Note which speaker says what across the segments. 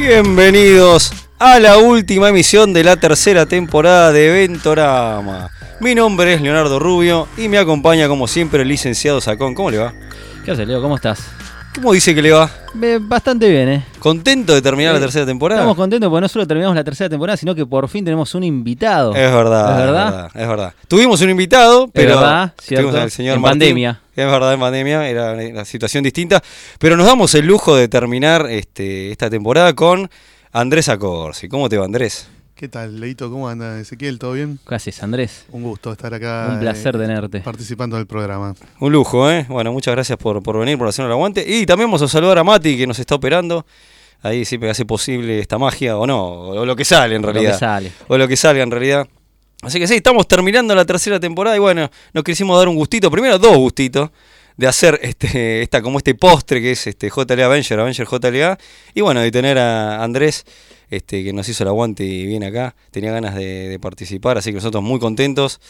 Speaker 1: Bienvenidos a la última emisión de la tercera temporada de Ventorama. Mi nombre es Leonardo Rubio y me acompaña como siempre el licenciado Sacón. ¿Cómo le va?
Speaker 2: ¿Qué haces, Leo? ¿Cómo estás?
Speaker 1: ¿Cómo dice que le va?
Speaker 2: Ve- Bastante bien, ¿eh?
Speaker 1: ¿Contento de terminar la
Speaker 2: Eh,
Speaker 1: tercera temporada?
Speaker 2: Estamos contentos porque no solo terminamos la tercera temporada, sino que por fin tenemos un invitado.
Speaker 1: Es verdad,
Speaker 2: ¿Es
Speaker 1: es
Speaker 2: verdad?
Speaker 1: verdad, es verdad. Tuvimos un invitado, pero
Speaker 2: verdad, cierto.
Speaker 1: tuvimos al señor
Speaker 2: En
Speaker 1: Martín.
Speaker 2: pandemia.
Speaker 1: Es verdad, en pandemia era una situación distinta, pero nos damos el lujo de terminar este, esta temporada con Andrés Acorsi. ¿Cómo te va, Andrés?
Speaker 3: ¿Qué tal, Leito? ¿Cómo anda Ezequiel? ¿Todo bien?
Speaker 2: ¿Qué haces, Andrés?
Speaker 3: Un gusto estar acá. eh,
Speaker 2: Un placer tenerte.
Speaker 3: Participando del programa.
Speaker 1: Un lujo, ¿eh? Bueno, muchas gracias por, por venir, por hacer el aguante. Y también vamos a saludar a Mati, que nos está operando. Ahí siempre hace posible esta magia, o no, o lo que sale en
Speaker 2: Lo que
Speaker 1: realidad.
Speaker 2: sale.
Speaker 1: O lo que salga en realidad. Así que sí, estamos terminando la tercera temporada y bueno, nos quisimos dar un gustito, primero dos gustitos, de hacer este, esta, como este postre que es este JLA Avenger, Avenger JLA. Y bueno, de tener a Andrés, este, que nos hizo el aguante y viene acá. Tenía ganas de, de participar, así que nosotros muy contentos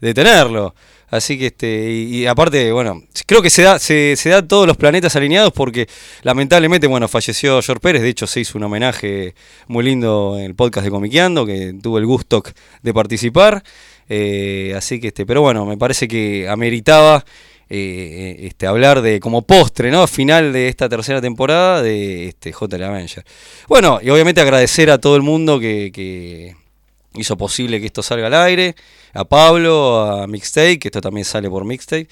Speaker 1: de tenerlo. Así que este, y, y aparte, bueno, creo que se da, se, se da todos los planetas alineados porque lamentablemente, bueno, falleció George Pérez, de hecho se hizo un homenaje muy lindo en el podcast de Comiqueando, que tuve el gusto de participar. Eh, así que este, pero bueno, me parece que ameritaba eh, eh, este, hablar de como postre, ¿no? Final de esta tercera temporada de este, J. Avenger. Bueno, y obviamente agradecer a todo el mundo que, que hizo posible que esto salga al aire, a Pablo, a Mixtape, que esto también sale por Mixtape.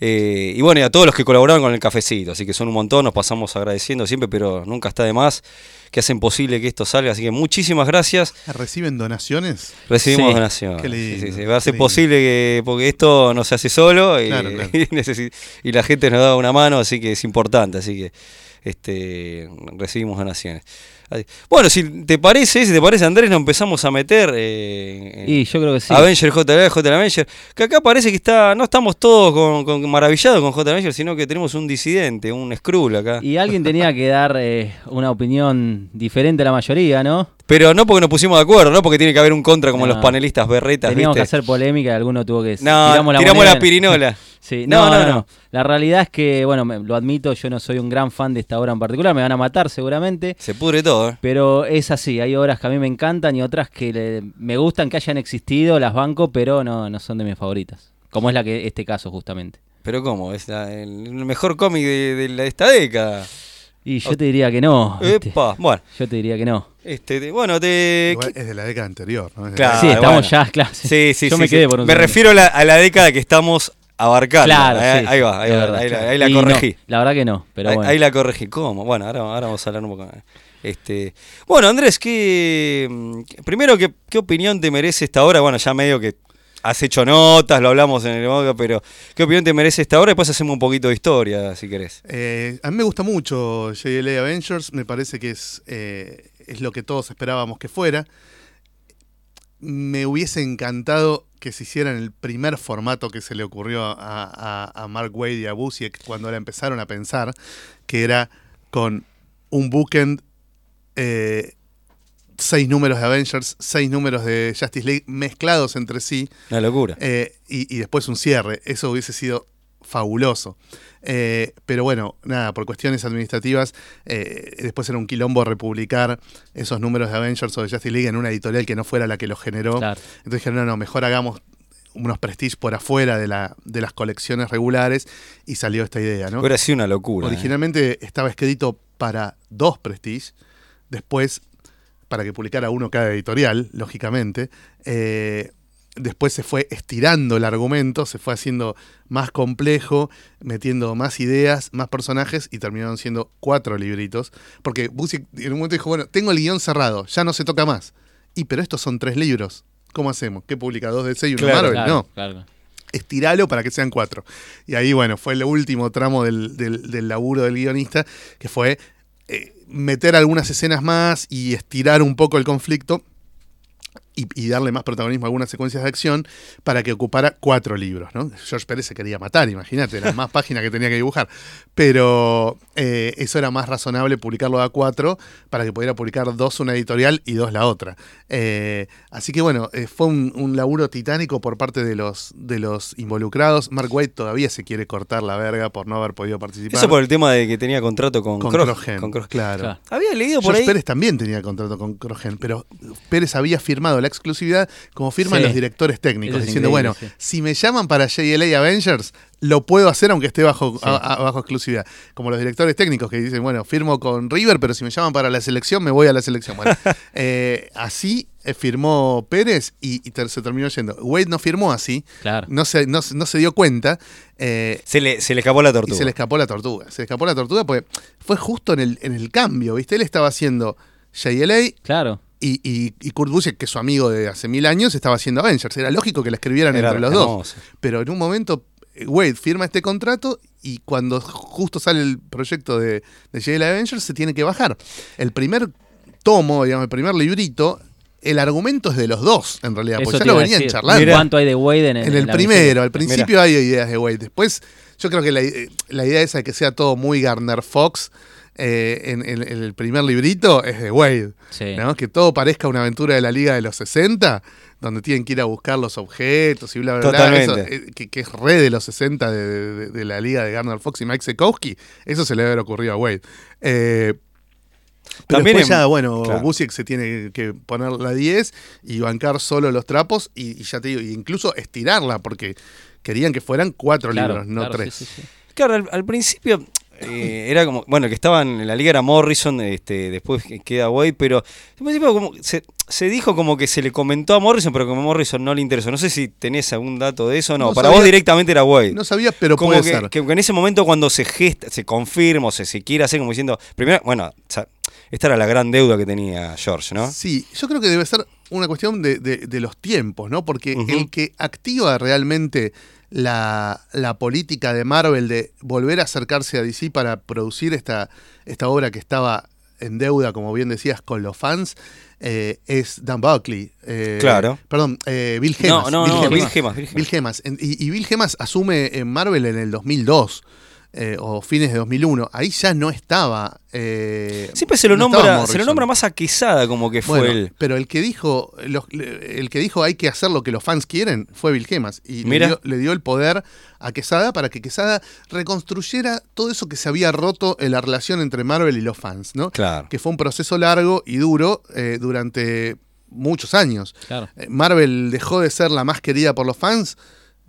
Speaker 1: eh, y bueno, y a todos los que colaboraron con el cafecito, así que son un montón, nos pasamos agradeciendo siempre, pero nunca está de más que hacen posible que esto salga. Así que muchísimas gracias.
Speaker 3: ¿Reciben donaciones?
Speaker 1: Recibimos
Speaker 2: Sí.
Speaker 1: donaciones.
Speaker 3: Qué lindo,
Speaker 1: sí, sí, sí.
Speaker 3: qué
Speaker 1: Va a ser
Speaker 3: lindo.
Speaker 1: posible que, porque esto no se hace solo y,
Speaker 3: Claro, claro.
Speaker 1: y necesi- y la gente nos da una mano, así que es importante, así que este recibimos donaciones. Así- Bueno, si te parece, si te parece Andrés, nos empezamos a meter eh, en-
Speaker 2: Y yo creo que sí.
Speaker 1: Avenger JL, JL Avenger, que acá parece que está, no estamos todos con, con- maravillados con JL Avenger, sino que tenemos un disidente, un Skrull acá.
Speaker 2: Y alguien tenía que dar eh, una opinión diferente a la mayoría, ¿no?
Speaker 1: Pero no porque nos pusimos de acuerdo, no porque tiene que haber un contra como
Speaker 2: No.
Speaker 1: los panelistas berretas,
Speaker 2: Teníamos que
Speaker 1: ¿viste?
Speaker 2: hacer polémica y alguno tuvo que...
Speaker 1: No, tiramos la,
Speaker 2: moneda en-
Speaker 1: pirinola.
Speaker 2: Sí,
Speaker 1: No,
Speaker 2: no,
Speaker 1: no,
Speaker 2: no,
Speaker 1: no.
Speaker 2: no. La realidad es que, bueno, me- lo admito, yo no soy un gran fan de esta obra en particular, me van a matar seguramente.
Speaker 1: Se pudre todo, ¿eh?
Speaker 2: Pero es así, hay obras que a mí me encantan y otras que le- me gustan que hayan existido, las banco, pero no, no son de mis favoritas. Como es la que este caso, justamente.
Speaker 1: Pero ¿cómo? Es la- el el mejor cómic de, de la- esta década.
Speaker 2: Y yo te diría que no. Ah, ¿viste?
Speaker 1: Epa. Bueno,
Speaker 2: Yo te diría que no.
Speaker 1: este, te- bueno, te...
Speaker 3: Igual eh,
Speaker 1: ¿qué-
Speaker 3: es de la década anterior, ¿no? Es de-
Speaker 1: Claro. Ah,
Speaker 2: sí, estamos
Speaker 1: bueno.
Speaker 2: ya, claro.
Speaker 1: Sí, sí,
Speaker 2: Yo
Speaker 1: sí,
Speaker 2: me
Speaker 1: sí.
Speaker 2: quedé por un
Speaker 1: Me
Speaker 2: segundo.
Speaker 1: refiero a la, a la década que estamos abarcando.
Speaker 2: Claro,
Speaker 1: Eh,
Speaker 2: sí,
Speaker 1: ahí
Speaker 2: sí,
Speaker 1: va, ahí,
Speaker 2: es
Speaker 1: va,
Speaker 2: verdad,
Speaker 1: ahí la-
Speaker 2: claro.
Speaker 1: ahí la
Speaker 2: Y no,
Speaker 1: corregí.
Speaker 2: la verdad que no, pero
Speaker 1: ahí,
Speaker 2: bueno.
Speaker 1: ahí la corregí. ¿Cómo? Bueno, ahora, ahora vamos a hablar un poco. Este, bueno, Andrés, ¿qué, mm, primero, ¿qué, qué opinión te merece esta obra? Bueno, ya medio que has hecho notas, lo hablamos en el podcast, pero ¿qué opinión te merece esta obra? Después hacemos un poquito de historia, si querés.
Speaker 3: Eh, a mí me gusta mucho JLA Avengers. Me parece que es, eh, es lo que todos esperábamos que fuera. Me hubiese encantado que se hiciera en el primer formato que se le ocurrió a, a- a Mark Wade y a Busiek cuando la empezaron a pensar, que era con un bookend, eh, seis números de Avengers, seis números de Justice League mezclados entre sí.
Speaker 1: Una locura.
Speaker 3: Eh, y, y después un cierre. Eso hubiese sido fabuloso. Eh, pero bueno, nada, por cuestiones administrativas, eh, después era un quilombo republicar esos números de Avengers o de Justice League en una editorial que no fuera la que los generó.
Speaker 2: Claro.
Speaker 3: Entonces dijeron, no, no, mejor hagamos unos prestige por afuera de, la, de las colecciones regulares y salió esta idea, ¿no?
Speaker 1: Hubiera sido una locura. eh.
Speaker 3: Originalmente estaba escrito para dos Prestige, después para que publicara uno cada editorial, lógicamente. Eh, después se fue estirando el argumento, se fue haciendo más complejo, metiendo más ideas, más personajes y terminaron siendo cuatro libritos. Porque Busiek en un momento dijo, bueno, tengo el guión cerrado, ya no se toca más. Y pero estos son tres libros. ¿Cómo hacemos? ¿Qué publica? ¿Dos de seis y uno
Speaker 1: Claro,
Speaker 3: Marvel?
Speaker 2: claro,
Speaker 3: No
Speaker 2: claro.
Speaker 3: estiralo para que sean cuatro. Y ahí, bueno, fue el último tramo del, del- del laburo del guionista, que fue eh, meter algunas escenas más y estirar un poco el conflicto y, y darle más protagonismo a algunas secuencias de acción para que ocupara cuatro libros, ¿no? George Pérez se quería matar, imagínate, las más páginas que tenía que dibujar. Pero eh, eso era más razonable publicarlo a cuatro para que pudiera publicar dos una editorial y dos la otra. Eh, así que bueno, eh, fue un, un laburo titánico por parte de los, de los involucrados. Mark White todavía se quiere cortar la verga por no haber podido participar.
Speaker 1: Eso por el tema de que tenía contrato con,
Speaker 3: con
Speaker 1: Krog-
Speaker 3: Krogen,
Speaker 1: con Krog.
Speaker 3: claro.
Speaker 2: Claro.
Speaker 1: Había leído por
Speaker 3: George
Speaker 1: ahí.
Speaker 3: Pérez también tenía contrato con Crogen, pero Pérez había firmado la exclusividad como firman
Speaker 2: Sí.
Speaker 3: los directores técnicos,
Speaker 2: Eso es
Speaker 3: diciendo,
Speaker 2: increíble,
Speaker 3: bueno,
Speaker 2: sí.
Speaker 3: si me llaman para JLA Avengers, lo puedo hacer aunque esté bajo, a- a- bajo exclusividad. Como los directores técnicos que dicen, bueno, firmo con River, pero si me llaman para la selección, me voy a la selección. Bueno, eh, así eh, firmó Pérez y, y ter- se terminó yendo. Wade no firmó así,
Speaker 2: Claro.
Speaker 3: no se, no, se- no se dio cuenta. eh,
Speaker 1: Se le, se le escapó la
Speaker 3: y
Speaker 1: tortuga.
Speaker 3: se le escapó la tortuga. Se le escapó la tortuga porque fue justo en el, en el cambio, ¿viste? Él estaba haciendo JLA y,
Speaker 2: Claro.
Speaker 3: y, y Kurt Busiek, que es su amigo de hace mil años, estaba haciendo Avengers. Era lógico que la escribieran
Speaker 1: Era
Speaker 3: entre los dos.
Speaker 1: hermoso.
Speaker 3: Pero en un momento, eh, Wade firma este contrato y cuando justo sale el proyecto de, de JLA Avengers, se tiene que bajar. El primer tomo, digamos, el primer librito, el argumento es de los dos, en realidad,
Speaker 2: Eso
Speaker 3: porque ya
Speaker 2: te
Speaker 3: lo
Speaker 2: iba a
Speaker 3: venían
Speaker 2: decir.
Speaker 3: charlando
Speaker 2: ¿Cuánto hay de Wade en el,
Speaker 3: en el
Speaker 2: la
Speaker 3: primero,
Speaker 2: miseria?
Speaker 3: al principio hay ideas de Wade. Después, yo creo que la, eh, la idea esa de que sea todo muy Garner Fox eh, en, en- en el primer librito es de Wade.
Speaker 2: Sí.
Speaker 3: ¿no? Que todo parezca una aventura de la Liga de los 60, donde tienen que ir a buscar los objetos y bla, bla, bla.
Speaker 1: Totalmente.
Speaker 3: Eso, eh, que, que es re de los 60 de, de- de la Liga de Garner Fox y Mike Sekowski. Eso se le debe haber ocurrido a Wade. Eh, pero
Speaker 1: También
Speaker 3: después
Speaker 1: en-
Speaker 3: ya, bueno,
Speaker 1: claro.
Speaker 3: Busiek se tiene que poner la 10 y bancar solo los trapos y, y ya te digo, y incluso estirarla porque querían que fueran cuatro
Speaker 2: Claro,
Speaker 3: libros, no
Speaker 2: claro,
Speaker 3: tres.
Speaker 2: sí, sí, sí.
Speaker 1: Claro, al, al principio eh, era como. Bueno, el que estaban en la liga era Morrison, este, después que- queda Wade, pero. al principio como se, se dijo como que se le comentó a Morrison, pero como a Morrison no le interesó. No sé si tenés algún dato de eso o no.
Speaker 3: No
Speaker 1: Para
Speaker 3: sabía-
Speaker 1: vos directamente era Wade.
Speaker 3: No sabía, pero
Speaker 1: como
Speaker 3: puede
Speaker 1: que,
Speaker 3: ser.
Speaker 1: que en ese momento cuando se gesta, se confirma o se, se quiere hacer como diciendo. Primero, bueno, o sea, esta era la gran deuda que tenía George, ¿no?
Speaker 3: Sí, yo creo que debe ser una cuestión de, de- de los tiempos, ¿no? Porque
Speaker 1: Ujú.
Speaker 3: el que activa realmente la, la política de Marvel de volver a acercarse a DC para producir esta, esta obra que estaba en deuda, como bien decías, con los fans, eh, es Dan Buckley. eh,
Speaker 1: Claro.
Speaker 3: Perdón, eh, Bill Gemas.
Speaker 1: no, no, no, Bill Gemas, Bill
Speaker 3: Bill Gemas. En- Y, y Bill Gemas asume en Marvel en el 2002. eh, o fines de 2001, ahí ya no estaba. eh,
Speaker 1: Siempre se lo,
Speaker 3: no estaba
Speaker 1: nombra, se lo
Speaker 3: Morrison.
Speaker 1: nombra más a Quesada como que fue
Speaker 3: Bueno,
Speaker 1: él.
Speaker 3: pero el que dijo los- el que dijo hay que hacer lo que los fans quieren fue Bill Gemas y le
Speaker 1: Mira.
Speaker 3: dio, le dio el poder a Quesada para que Quesada reconstruyera todo eso que se había roto en la relación entre Marvel y los fans, ¿no?
Speaker 1: Claro.
Speaker 3: Que fue un proceso largo y duro eh, durante muchos años.
Speaker 2: Claro.
Speaker 3: Eh, Marvel dejó de ser la más querida por los fans,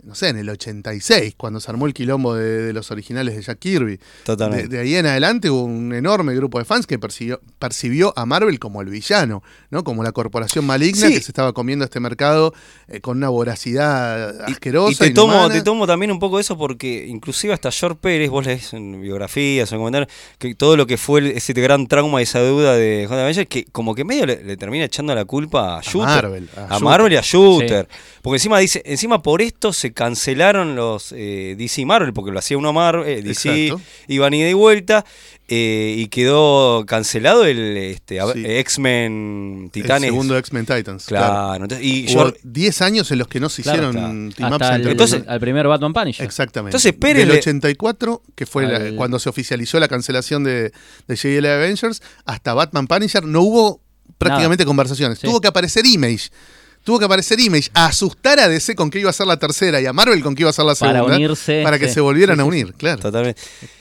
Speaker 3: no sé, en el 86, cuando se armó el quilombo de, de los originales de Jack Kirby.
Speaker 1: Totalmente.
Speaker 3: De, de ahí en adelante hubo un enorme grupo de fans que persiguió- percibió a Marvel como el villano, ¿no? Como la corporación maligna
Speaker 1: Sí.
Speaker 3: que se estaba comiendo este mercado eh, con una voracidad asquerosa.
Speaker 1: Y te
Speaker 3: inhumana.
Speaker 1: tomo, te tomo también un poco eso porque inclusive hasta George Pérez, vos lees en biografías o en comentarios, que todo lo que fue el- ese gran trauma, esa deuda de Jonathan Avenger, que como que medio le, le termina echando la culpa a Shooter.
Speaker 3: Marvel, a
Speaker 1: A,
Speaker 3: Shooter.
Speaker 1: Marvel y a Shooter. Porque encima dice, encima por esto se cancelaron los eh, DC y Marvel, porque lo hacía uno Marvel, eh, DC
Speaker 3: Exacto.
Speaker 1: iban ida y vuelta, eh, y quedó cancelado el este, a-
Speaker 3: Sí.
Speaker 1: X-Men
Speaker 3: El
Speaker 1: Titanes.
Speaker 3: segundo X-Men Titans.
Speaker 1: claro.
Speaker 3: Claro.
Speaker 1: entonces- y
Speaker 3: Hubo
Speaker 1: George-
Speaker 3: 10 años en los que no se
Speaker 2: Claro,
Speaker 3: hicieron team ups
Speaker 2: Hasta el-
Speaker 3: entre los
Speaker 1: Entonces-
Speaker 2: al primer Batman Punisher.
Speaker 3: Exactamente.
Speaker 1: Entonces, Pérez
Speaker 3: Del
Speaker 1: le-
Speaker 3: 84, que fue la-
Speaker 2: Al-
Speaker 3: cuando se oficializó la cancelación de, de JLA Avengers, hasta Batman Punisher no hubo prácticamente conversaciones.
Speaker 2: Sí.
Speaker 3: Tuvo que aparecer Image. Tuvo que aparecer Image a asustar a DC con que iba a ser la tercera y a Marvel con que iba a ser la
Speaker 2: Para
Speaker 3: segunda.
Speaker 2: unirse,
Speaker 3: Para que
Speaker 2: sí.
Speaker 3: se volvieran a unir, claro.
Speaker 1: Totalmente.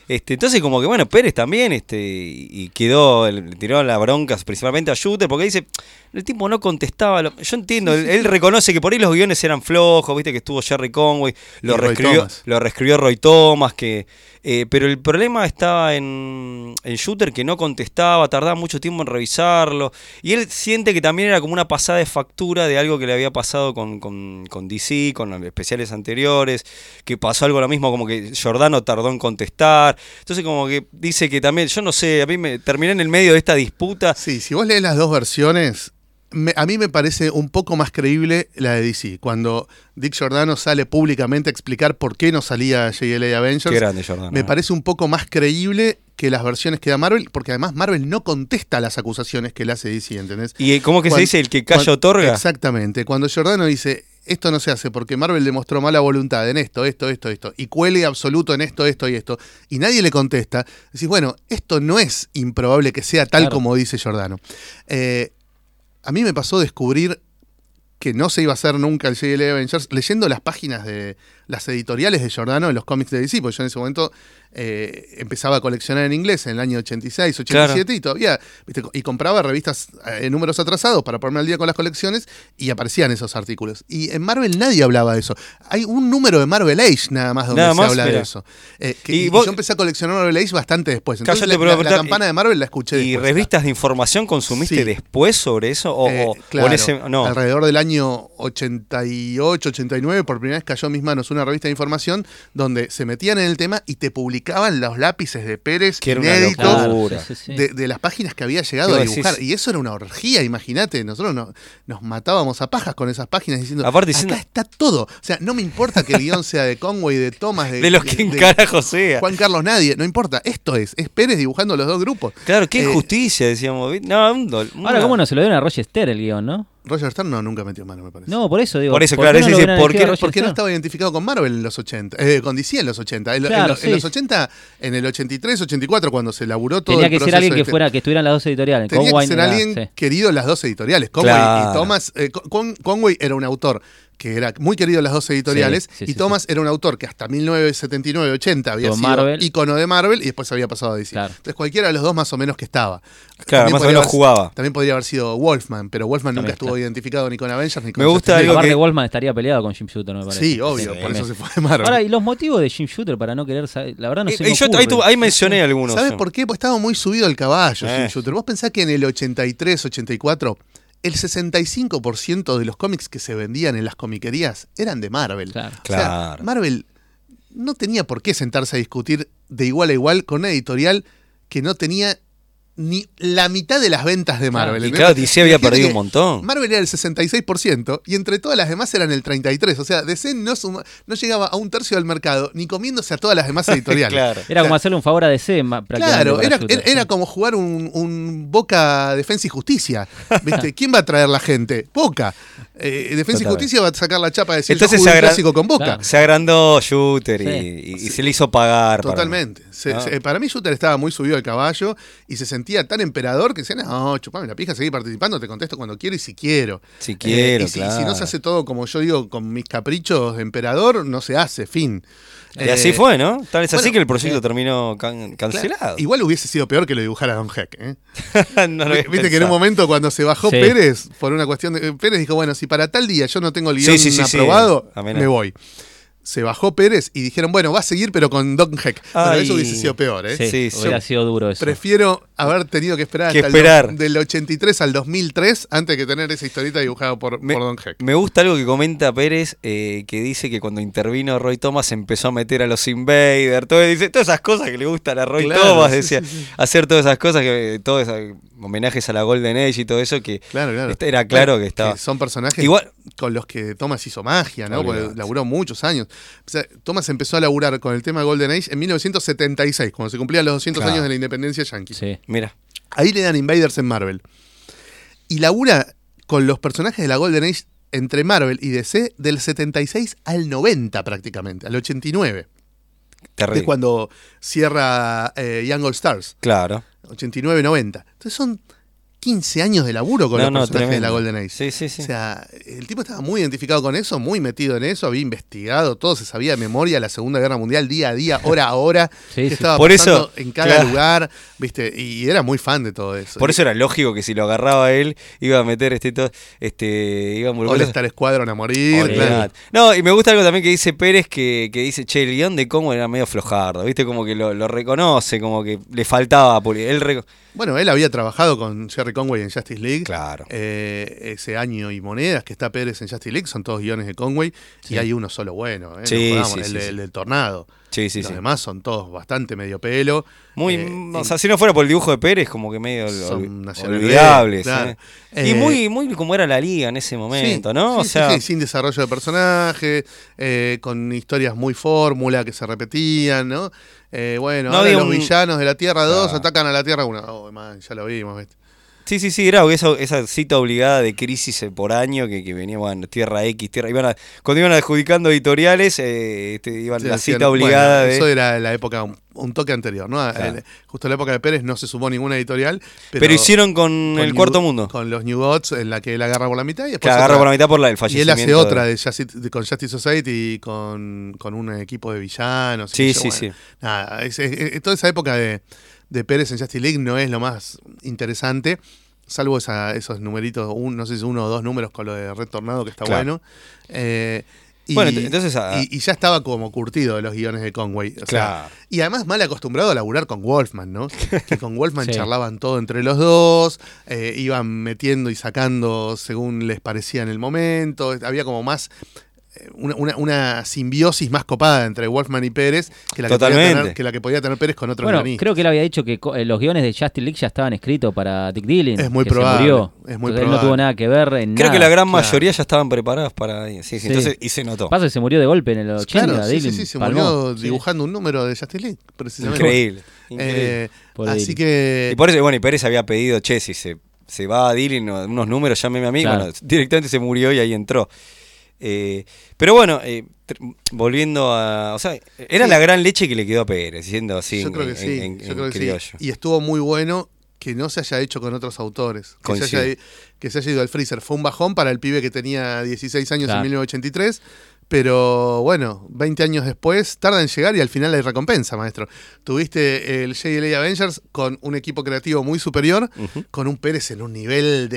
Speaker 1: Este, entonces, como que bueno, Pérez también, este, y quedó, le tiró la bronca principalmente a Shooter, porque dice, el tipo no contestaba. lo- yo entiendo, él, él reconoce que por ahí los guiones eran flojos, viste que estuvo Jerry Conway,
Speaker 3: Y
Speaker 1: lo
Speaker 3: Roy
Speaker 1: reescribió,
Speaker 3: Thomas.
Speaker 1: lo reescribió Roy Thomas, que. eh, pero el problema estaba en, en Shooter que no contestaba, tardaba mucho tiempo en revisarlo. Y él siente que también era como una pasada de factura de algo que le había pasado con, con, con DC, con los especiales anteriores, que pasó algo lo mismo, como que Giordano tardó en contestar. Entonces, como que dice que también, yo no sé, a mí me terminé en el medio de esta disputa.
Speaker 3: Sí, si vos lees las dos versiones, me- a mí me parece un poco más creíble la de DC. Cuando Dick Giordano sale públicamente a explicar por qué no salía JLA Avengers.
Speaker 1: Qué grande, Giordano.
Speaker 3: Me
Speaker 1: ¿eh?
Speaker 3: parece un poco más creíble que las versiones que da Marvel, porque además Marvel no contesta las acusaciones que le hace DC, ¿entendés?
Speaker 1: ¿Y eh, cómo que
Speaker 3: Cuan-
Speaker 1: se dice el que calla
Speaker 3: cuan-
Speaker 1: otorga?
Speaker 3: Exactamente. Cuando Giordano dice, esto no se hace porque Marvel demostró mala voluntad en esto, esto, esto, esto, y cuele absoluto en esto, esto y esto, y nadie le contesta, decís, bueno, esto no es improbable que sea tal
Speaker 2: Claro.
Speaker 3: como dice Giordano. Eh, a mí me pasó descubrir que no se iba a hacer nunca el JLA Avengers leyendo las páginas de las editoriales de Giordano en los cómics de DC, porque yo en ese momento eh, empezaba a coleccionar en inglés en el año 86, 87 y todavía, viste, y compraba revistas eh, en números atrasados para ponerme al día con las colecciones y aparecían esos artículos. Y en Marvel nadie hablaba de eso. Hay un número de Marvel Age nada más donde
Speaker 1: Nada
Speaker 3: se
Speaker 1: más,
Speaker 3: habla de
Speaker 1: mira.
Speaker 3: eso. Eh, que-
Speaker 1: Y
Speaker 3: y
Speaker 1: vos-
Speaker 3: yo empecé a coleccionar Marvel Age bastante después. Entonces
Speaker 1: Cállate,
Speaker 3: la,
Speaker 1: pero
Speaker 3: la- la
Speaker 1: apretá-
Speaker 3: campana de Marvel la escuché
Speaker 1: ¿Y
Speaker 3: después.
Speaker 1: revistas de información consumiste
Speaker 3: pues, Sí.
Speaker 1: después sobre eso? O,
Speaker 3: Eh,
Speaker 1: o- o en
Speaker 3: claro,
Speaker 1: ese- no.
Speaker 3: Alrededor del año 88, 89, por primera vez cayó en mis manos una revista de información donde se metían en el tema y te publicaban los lápices de Pérez
Speaker 1: Que era una
Speaker 3: inéditos
Speaker 1: locura.
Speaker 2: sí, sí, sí.
Speaker 3: de, de las páginas que había
Speaker 1: Te
Speaker 3: llegado a
Speaker 1: iba a decir-
Speaker 3: dibujar. Y eso era una orgía, imagínate. Nosotros no- nos matábamos a pajas con esas páginas diciendo,
Speaker 1: Aparte
Speaker 3: acá
Speaker 1: diciendo-
Speaker 3: está todo. O sea, no me importa que el guión sea de Conway, de Thomas, de,
Speaker 1: de los
Speaker 3: de-
Speaker 1: que en
Speaker 3: de
Speaker 1: carajo sea.
Speaker 3: Juan Carlos Nadie. No importa, esto es. Es Pérez dibujando los dos grupos.
Speaker 1: Claro, qué
Speaker 3: Eh,
Speaker 1: injusticia, decíamos. ¿viste? No, un dol-
Speaker 2: Ahora,
Speaker 1: una-
Speaker 2: ¿cómo no se lo dieron a Roger Stern el guión, no?
Speaker 3: Roger Stern no, nunca metió mano, me parece.
Speaker 2: No, por eso digo.
Speaker 1: Por eso, claro, ese
Speaker 2: lo
Speaker 1: dice,
Speaker 2: hubieran
Speaker 1: ¿por qué
Speaker 2: elegido a
Speaker 1: no- por
Speaker 2: Roger
Speaker 3: Porque no
Speaker 2: Stern?
Speaker 3: estaba identificado con Marvel en los 80, eh, con DC en los 80. En, lo- en
Speaker 2: Claro,
Speaker 3: lo- en
Speaker 2: sí.
Speaker 3: los 80, en el 83, 84, cuando se laburó todo
Speaker 2: Tenía
Speaker 3: el
Speaker 2: que ser
Speaker 3: proceso
Speaker 2: alguien que
Speaker 3: este-
Speaker 2: fuera, que estuvieran las dos editoriales.
Speaker 3: Tenía que
Speaker 2: Conway
Speaker 3: ser
Speaker 2: era-
Speaker 3: alguien
Speaker 2: sí.
Speaker 3: querido en las dos editoriales. Conway
Speaker 1: Claro.
Speaker 3: y Thomas. eh, Con- Conway era un autor que era muy querido en las dos editoriales.
Speaker 2: Sí, sí,
Speaker 3: y
Speaker 2: sí,
Speaker 3: Thomas era un autor que hasta 1979-80 había
Speaker 2: Con
Speaker 3: sido
Speaker 2: Marvel.
Speaker 3: ícono de Marvel y después había pasado a DC.
Speaker 2: Claro.
Speaker 3: Entonces cualquiera de los dos más o menos que estaba.
Speaker 1: Claro,
Speaker 3: También
Speaker 1: más o
Speaker 3: podría
Speaker 1: menos
Speaker 3: haber-
Speaker 1: jugaba.
Speaker 3: También podría haber sido Wolfman, pero Wolfman nunca
Speaker 2: También,
Speaker 3: estuvo
Speaker 2: claro.
Speaker 3: identificado ni con Avengers ni con
Speaker 1: Me gusta
Speaker 3: Justice
Speaker 1: algo
Speaker 2: Aparte,
Speaker 1: que-
Speaker 2: Goldman estaría peleado con Jim Shooter, me
Speaker 3: League.
Speaker 2: parece.
Speaker 3: Sí, obvio,
Speaker 2: Sí,
Speaker 3: por eso
Speaker 2: también.
Speaker 3: se fue de Marvel.
Speaker 2: Ahora, y los motivos de Jim Shooter para no querer saber, la verdad no sé.
Speaker 1: Eh, yo- ahí, tu- ahí mencioné algunos.
Speaker 3: ¿Sabes por qué? Pues estaba muy subido el caballo,
Speaker 1: Eh.
Speaker 3: Jim Shooter. Vos pensás que en el 83, 84, el 65% de los cómics que se vendían en las comiquerías eran de Marvel.
Speaker 2: Claro.
Speaker 3: O sea,
Speaker 1: Claro.
Speaker 3: Marvel no tenía por qué sentarse a discutir de igual a igual con una editorial que no tenía ni la mitad de las ventas de Marvel.
Speaker 1: Y
Speaker 3: ¿entendés?
Speaker 1: claro, DC había
Speaker 3: Imagínate
Speaker 1: perdido un
Speaker 3: que
Speaker 1: montón.
Speaker 3: Marvel era el 66% y entre todas las demás eran el 33%. O sea, DC no, suma- no llegaba a un tercio del mercado ni comiéndose a todas las demás editoriales.
Speaker 1: Claro.
Speaker 2: Era como hacerle un favor a DC, ma- prácticamente.
Speaker 3: Claro,
Speaker 2: para
Speaker 3: era,
Speaker 2: Shooter,
Speaker 3: era- era
Speaker 2: sí.
Speaker 3: como jugar un, un Boca Defensa y Justicia. ¿Viste? ¿Quién va a traer la gente? Boca. Eh, Defensa y
Speaker 1: Totalmente.
Speaker 3: Justicia va a sacar la chapa de decir
Speaker 1: Entonces
Speaker 3: Entonces, un
Speaker 1: se agra-
Speaker 3: clásico con Boca.
Speaker 2: Claro.
Speaker 1: Se agrandó Shooter y-
Speaker 2: Sí.
Speaker 1: y, y se le hizo pagar. para-
Speaker 3: Totalmente. Se-
Speaker 1: Ah.
Speaker 3: se- para mí Shooter estaba muy subido al caballo y se sentía tan emperador que decía, no, chupame la pija, seguí participando, te contesto cuando quiero y si quiero.
Speaker 1: si
Speaker 3: Eh,
Speaker 1: quiero,
Speaker 3: y si, y
Speaker 1: claro.
Speaker 3: si no se hace todo como yo digo, con mis caprichos de emperador, no se hace, fin.
Speaker 1: Y así
Speaker 3: Eh,
Speaker 1: fue, ¿no? Tal es así
Speaker 3: bueno, eh,
Speaker 1: que el proyecto terminó can-
Speaker 3: claro.
Speaker 1: cancelado.
Speaker 3: Igual hubiese sido peor que lo dibujara Don Heck. ¿eh?
Speaker 1: No lo
Speaker 3: Vi-
Speaker 1: había
Speaker 3: Viste que en
Speaker 1: pensado.
Speaker 3: un momento cuando se bajó
Speaker 2: Sí.
Speaker 3: Pérez, por una cuestión de. eh, Pérez dijo, bueno, si para tal día yo no tengo el
Speaker 1: Sí,
Speaker 3: guión
Speaker 1: sí, sí, Ah, sí.
Speaker 3: aprobado,
Speaker 1: A mí no.
Speaker 3: me voy. Se bajó Pérez y dijeron, bueno, va a seguir, pero con Don Heck. Bueno,
Speaker 1: Ay.
Speaker 3: eso hubiese sido peor, ¿eh?
Speaker 2: Sí,
Speaker 1: Sí,
Speaker 2: hubiera
Speaker 1: sí.
Speaker 2: sido duro eso.
Speaker 3: Prefiero haber tenido que esperar
Speaker 1: Que
Speaker 3: hasta el do-
Speaker 1: esperar.
Speaker 3: del 83 al 2003 antes que tener esa historieta dibujada por,
Speaker 1: Me-
Speaker 3: por Don Heck.
Speaker 1: Me gusta algo que comenta Pérez, eh, que dice que cuando intervino Roy Thomas empezó a meter a los Invader, todo, dice, todas esas cosas que le gustan a Roy
Speaker 3: Claro,
Speaker 1: Thomas,
Speaker 3: sí,
Speaker 1: decía, hacer todas esas cosas, que todos esos homenajes a la Golden Age y todo eso, que
Speaker 3: Claro, claro.
Speaker 1: este- era claro
Speaker 3: Bueno,
Speaker 1: que estaba...
Speaker 3: son personajes
Speaker 1: Igual-
Speaker 3: con los que Thomas hizo magia, ¿no?
Speaker 1: Olvidate.
Speaker 3: Porque laburó muchos años. O sea, Thomas empezó a laburar con el tema Golden Age en 1976, cuando se cumplían los 200
Speaker 1: Claro.
Speaker 3: años de la independencia yankee.
Speaker 2: Sí.
Speaker 1: Mira,
Speaker 3: Ahí le dan Invaders en Marvel. Y labura con los personajes de la Golden Age entre Marvel y DC del 76 al 90 prácticamente, al 89, que es
Speaker 1: terrible.
Speaker 3: cuando cierra eh, Young All Stars,
Speaker 1: Claro.
Speaker 3: 89-90. Entonces son 15 años de laburo con
Speaker 1: No,
Speaker 3: los
Speaker 1: no,
Speaker 3: personajes de la
Speaker 1: tremendo.
Speaker 3: Golden Age.
Speaker 1: Sí, sí, sí.
Speaker 3: O sea, el tipo estaba muy identificado con eso, muy metido en eso, había investigado todo, se sabía de memoria la Segunda Guerra Mundial día a día, hora a hora,
Speaker 2: Sí,
Speaker 3: qué
Speaker 2: sí.
Speaker 3: estaba
Speaker 1: Por
Speaker 3: pasando
Speaker 1: eso,
Speaker 3: en cada
Speaker 1: claro.
Speaker 3: lugar, ¿viste? Y era muy fan de todo eso.
Speaker 1: Por eso era lógico que si lo agarraba él, iba a meter este... to- este iba a
Speaker 3: All
Speaker 1: envolver-
Speaker 3: Star Squadron a morir,
Speaker 1: Olvidate.
Speaker 3: claro.
Speaker 1: No, y me gusta algo también que dice Pérez, que, que dice, che, el guión de Congo era medio flojardo, ¿viste? Como que lo, lo reconoce, como que le faltaba... puli- Él reco-
Speaker 3: Bueno, él había trabajado con Jerry Conway en Justice League.
Speaker 1: Claro.
Speaker 3: Eh, ese año y monedas que está Pérez en Justice League son todos guiones de Conway
Speaker 2: Sí.
Speaker 3: y hay uno solo bueno, ¿eh? No
Speaker 1: Sí,
Speaker 3: jodamos,
Speaker 1: sí,
Speaker 3: el,
Speaker 1: sí,
Speaker 3: de-
Speaker 1: sí.
Speaker 3: el del tornado.
Speaker 1: Sí, sí,
Speaker 3: Los
Speaker 1: sí.
Speaker 3: demás son todos bastante medio pelo.
Speaker 1: Muy, mm,
Speaker 3: Eh,
Speaker 1: o sea, si no fuera por el dibujo de Pérez, como que medio ol-
Speaker 3: Son
Speaker 1: ol-
Speaker 3: nacionales,
Speaker 1: olvidables.
Speaker 3: claro.
Speaker 1: ¿eh?
Speaker 3: Eh,
Speaker 1: y muy, muy como era la liga en ese momento,
Speaker 3: Sí,
Speaker 1: ¿no?
Speaker 3: sí,
Speaker 1: o
Speaker 3: sí,
Speaker 1: sea,
Speaker 3: sí, sin desarrollo de personaje, eh, con historias muy fórmula que se repetían, ¿no? Eh, bueno,
Speaker 1: No
Speaker 3: ahora
Speaker 1: había
Speaker 3: los
Speaker 1: un-
Speaker 3: villanos de la Tierra 2
Speaker 1: Ah.
Speaker 3: atacan a la Tierra 1. Oh, man, ya lo vimos, ¿viste?
Speaker 1: Sí, sí, sí, era esa, esa cita obligada de crisis eh, por año que, que venía, bueno, Tierra X, Tierra. Iban a- cuando iban adjudicando editoriales, eh, este, iban
Speaker 3: Sí,
Speaker 1: la
Speaker 3: decían,
Speaker 1: cita obligada
Speaker 3: bueno, Eso
Speaker 1: de.
Speaker 3: era la época, un, un toque anterior, ¿no?
Speaker 1: Claro.
Speaker 3: El- justo en la época de Pérez no se sumó ninguna editorial. Pero,
Speaker 1: Pero, hicieron con,
Speaker 3: con
Speaker 1: el
Speaker 3: New-
Speaker 1: cuarto mundo.
Speaker 3: Con los New Gods, en la que él agarra por la mitad y
Speaker 1: que
Speaker 3: después.
Speaker 1: agarra
Speaker 3: otra.
Speaker 1: por la mitad por la, el
Speaker 3: Y él
Speaker 1: fallecimiento.
Speaker 3: hace otra
Speaker 1: de-
Speaker 3: de Justice- de- con Justice Society y con, con un equipo de villanos. y
Speaker 1: Sí,
Speaker 3: qué sé
Speaker 1: sí,
Speaker 3: yo,
Speaker 1: sí.
Speaker 3: Nada, es- es- es- toda esa época de, de Pérez en Justice League no es lo más interesante, salvo esa- esos numeritos, un- no sé si uno o dos números con lo de Red Tornado, que está
Speaker 1: Claro.
Speaker 3: bueno. Eh, y,
Speaker 1: Bueno, ent- entonces, ah,
Speaker 3: y, y ya estaba como curtido de los guiones de Conway. o sea,
Speaker 1: Claro.
Speaker 3: y además mal acostumbrado a laburar con Wolfman, ¿no? Que con Wolfman
Speaker 2: Sí.
Speaker 3: charlaban todo entre los dos, eh, iban metiendo y sacando según les parecía en el momento, había como más eh, una, una- una simbiosis más copada entre Wolfman y Pérez que la, que podía,
Speaker 1: Totalmente.
Speaker 3: tener, que la que podía tener Pérez con otro
Speaker 2: Bueno,
Speaker 3: guionista.
Speaker 2: creo que él había dicho que co- eh, los guiones de Justice League ya estaban escritos para Dick Dillon.
Speaker 3: Es muy
Speaker 2: que se
Speaker 3: probable,
Speaker 2: murió.
Speaker 3: es
Speaker 2: Entonces,
Speaker 3: muy
Speaker 2: Él no
Speaker 3: probable.
Speaker 2: tuvo nada que ver en
Speaker 1: Creo
Speaker 2: nada.
Speaker 1: que la gran
Speaker 3: claro.
Speaker 1: mayoría ya estaban preparadas para. Sí, sí,
Speaker 2: Sí.
Speaker 1: entonces, y se notó.
Speaker 2: Pasa que se murió de golpe en el 80.
Speaker 3: Claro, sí, sí,
Speaker 2: Dillon
Speaker 3: sí, se
Speaker 2: palmó.
Speaker 3: murió
Speaker 2: Sí.
Speaker 3: dibujando un número de Justice League, precisamente.
Speaker 1: Increíble. increíble.
Speaker 3: Eh,
Speaker 2: Pobre
Speaker 3: así
Speaker 2: Dillon.
Speaker 3: que...
Speaker 1: Y por eso, bueno, y Pérez había pedido, che, si se, se va a Dillon, o unos números, llámeme a mí.
Speaker 2: Claro.
Speaker 1: Bueno, directamente se murió y ahí entró. Eh, pero bueno, eh, tr- volviendo a. O sea, era
Speaker 3: Sí.
Speaker 1: la gran leche que le quedó a Pérez, diciendo así.
Speaker 3: yo creo
Speaker 1: en-
Speaker 3: que sí,
Speaker 1: en- en-
Speaker 3: yo
Speaker 1: en
Speaker 3: creo que sí.
Speaker 1: criollo.
Speaker 3: Y estuvo muy bueno que no se haya hecho con otros autores. Que se,
Speaker 1: Coincido.
Speaker 3: haya, que se haya ido al freezer. Fue un bajón para el pibe que tenía 16 años
Speaker 2: Claro.
Speaker 3: en 1983. Pero bueno, 20 años después, tarda en llegar y al final hay recompensa, maestro. Tuviste el JLA Avengers con un equipo creativo muy superior,
Speaker 1: Ujú.
Speaker 3: con un Pérez en un nivel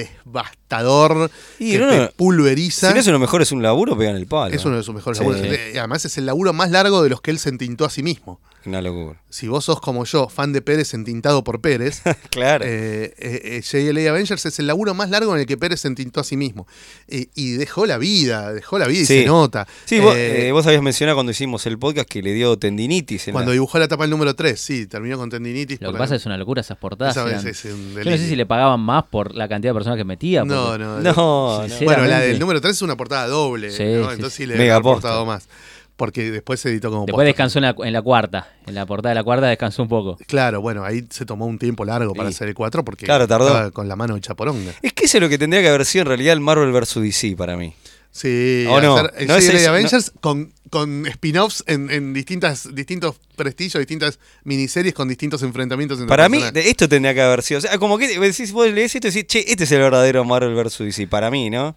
Speaker 3: devastador,
Speaker 1: Y
Speaker 3: que
Speaker 1: no,
Speaker 3: te
Speaker 1: no,
Speaker 3: pulveriza.
Speaker 1: Si no es uno mejor, es un laburo, pegan el palo.
Speaker 3: es uno de sus mejores
Speaker 1: Sí.
Speaker 3: laburos. Y además es el laburo más largo de los que él se entintó a sí mismo.
Speaker 1: Una locura.
Speaker 3: Si vos sos como yo, fan de Pérez entintado por Pérez,
Speaker 1: Claro.
Speaker 3: eh, eh, eh, JLA Avengers es el laburo más largo en el que Pérez se entintó a sí mismo. Eh, y dejó la vida, dejó la vida
Speaker 1: Sí.
Speaker 3: y se nota.
Speaker 1: sí, vos,
Speaker 3: Eh,
Speaker 1: eh, vos habías mencionado cuando hicimos el podcast que le dio tendinitis. en
Speaker 3: cuando
Speaker 1: la-
Speaker 3: dibujó la tapa el número 3, sí, terminó con tendinitis.
Speaker 2: Lo
Speaker 3: por
Speaker 2: que
Speaker 3: la-
Speaker 2: pasa es una locura esas portadas.
Speaker 3: esa vez
Speaker 2: eran-
Speaker 3: es un
Speaker 2: Yo no sé
Speaker 3: delirio.
Speaker 2: si le pagaban más por la cantidad de personas que metía.
Speaker 3: No,
Speaker 2: porque-
Speaker 1: No,
Speaker 3: no,
Speaker 1: no.
Speaker 2: Sí, sí.
Speaker 3: Bueno, la del
Speaker 2: Sinceramente.
Speaker 3: número 3 es una portada doble,
Speaker 2: Sí,
Speaker 3: ¿no?
Speaker 2: sí,
Speaker 3: entonces sí,
Speaker 1: sí.
Speaker 3: le debe
Speaker 1: Mega
Speaker 3: haber
Speaker 1: posta.
Speaker 3: portado más. Porque después se editó como
Speaker 2: Después
Speaker 3: posta.
Speaker 2: descansó en la, en la cuarta. En la portada de la cuarta descansó un poco.
Speaker 3: Claro, bueno, ahí se tomó un tiempo largo para
Speaker 1: Sí.
Speaker 3: hacer el 4 porque
Speaker 1: Claro, tardó.
Speaker 3: estaba con la mano de chaporonga.
Speaker 1: Es que eso es lo que tendría que haber sido en realidad el Marvel vs. DC para mí.
Speaker 3: Sí,
Speaker 1: ¿O no?
Speaker 3: hacer el
Speaker 1: No es
Speaker 3: JLA
Speaker 1: eso,
Speaker 3: Avengers con, con spin-offs en, en distintas, distintos prestigios, distintas miniseries con distintos enfrentamientos. entre
Speaker 1: Para mí,
Speaker 3: personajes.
Speaker 1: de- esto tendría que haber sido. O sea, como que decís, vos lees esto y decís, che, este es el verdadero Marvel vs. DC. Para mí, ¿no?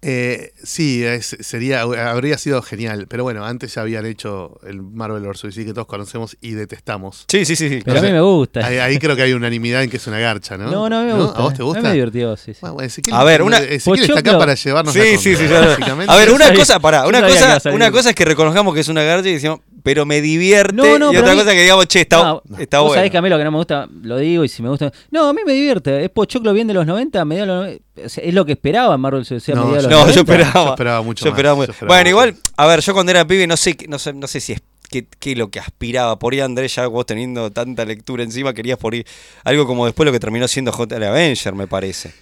Speaker 3: Eh, sí, es- sería, habría sido genial. Pero bueno, antes ya habían hecho el Marvel vs. DC que todos conocemos y detestamos.
Speaker 1: Sí, sí, sí. sí.
Speaker 2: Pero
Speaker 1: No
Speaker 2: a mí
Speaker 1: sé.
Speaker 2: me gusta.
Speaker 3: Ahí, ahí creo que hay unanimidad en que es una garcha, ¿no?
Speaker 2: No, no, a mí me gusta. eh.
Speaker 3: ¿A vos te
Speaker 2: A mí
Speaker 3: gusta?
Speaker 2: me divertió, sí. sí.
Speaker 3: Bueno, bueno, Ezequiel-
Speaker 1: A ver, una-
Speaker 3: Ezequiel está acá
Speaker 2: Pochoclo-
Speaker 3: para llevarnos la
Speaker 1: Sí,
Speaker 3: contra,
Speaker 1: sí, sí, ya-
Speaker 3: básicamente.
Speaker 1: A ver,
Speaker 2: Yo
Speaker 1: una
Speaker 2: sabía-
Speaker 1: cosa, pará,
Speaker 2: yo
Speaker 1: una
Speaker 2: sabía que iba
Speaker 1: cosa,
Speaker 2: a salir.
Speaker 1: una cosa es que reconozcamos que es una garcha y decimos, pero me divierte.
Speaker 2: No, no,
Speaker 1: y
Speaker 2: pero
Speaker 1: otra
Speaker 2: a mí-
Speaker 1: cosa que digamos, che, está,
Speaker 2: No,
Speaker 1: está
Speaker 2: vos
Speaker 1: bueno.
Speaker 2: sabés que a mí lo que no me gusta, lo digo, y si me gusta. No, a mí me divierte. Es Pochoclo bien de los 90, medio de los no- o sea, es lo que esperaba en Marvel Suicide
Speaker 3: No,
Speaker 2: medio de los
Speaker 1: No,
Speaker 2: 90.
Speaker 1: yo esperaba.
Speaker 3: Yo esperaba mucho
Speaker 1: Yo
Speaker 3: más,
Speaker 1: esperaba muy-
Speaker 3: yo esperaba
Speaker 1: Bueno,
Speaker 3: mucho
Speaker 1: igual, a ver, yo cuando era pibe no sé, qué- no sé, no sé si es qué qué lo que aspiraba. Por ahí, Andrés, ya vos teniendo tanta lectura encima, querías por ir algo como después lo que terminó siendo J.L. Avenger, me parece.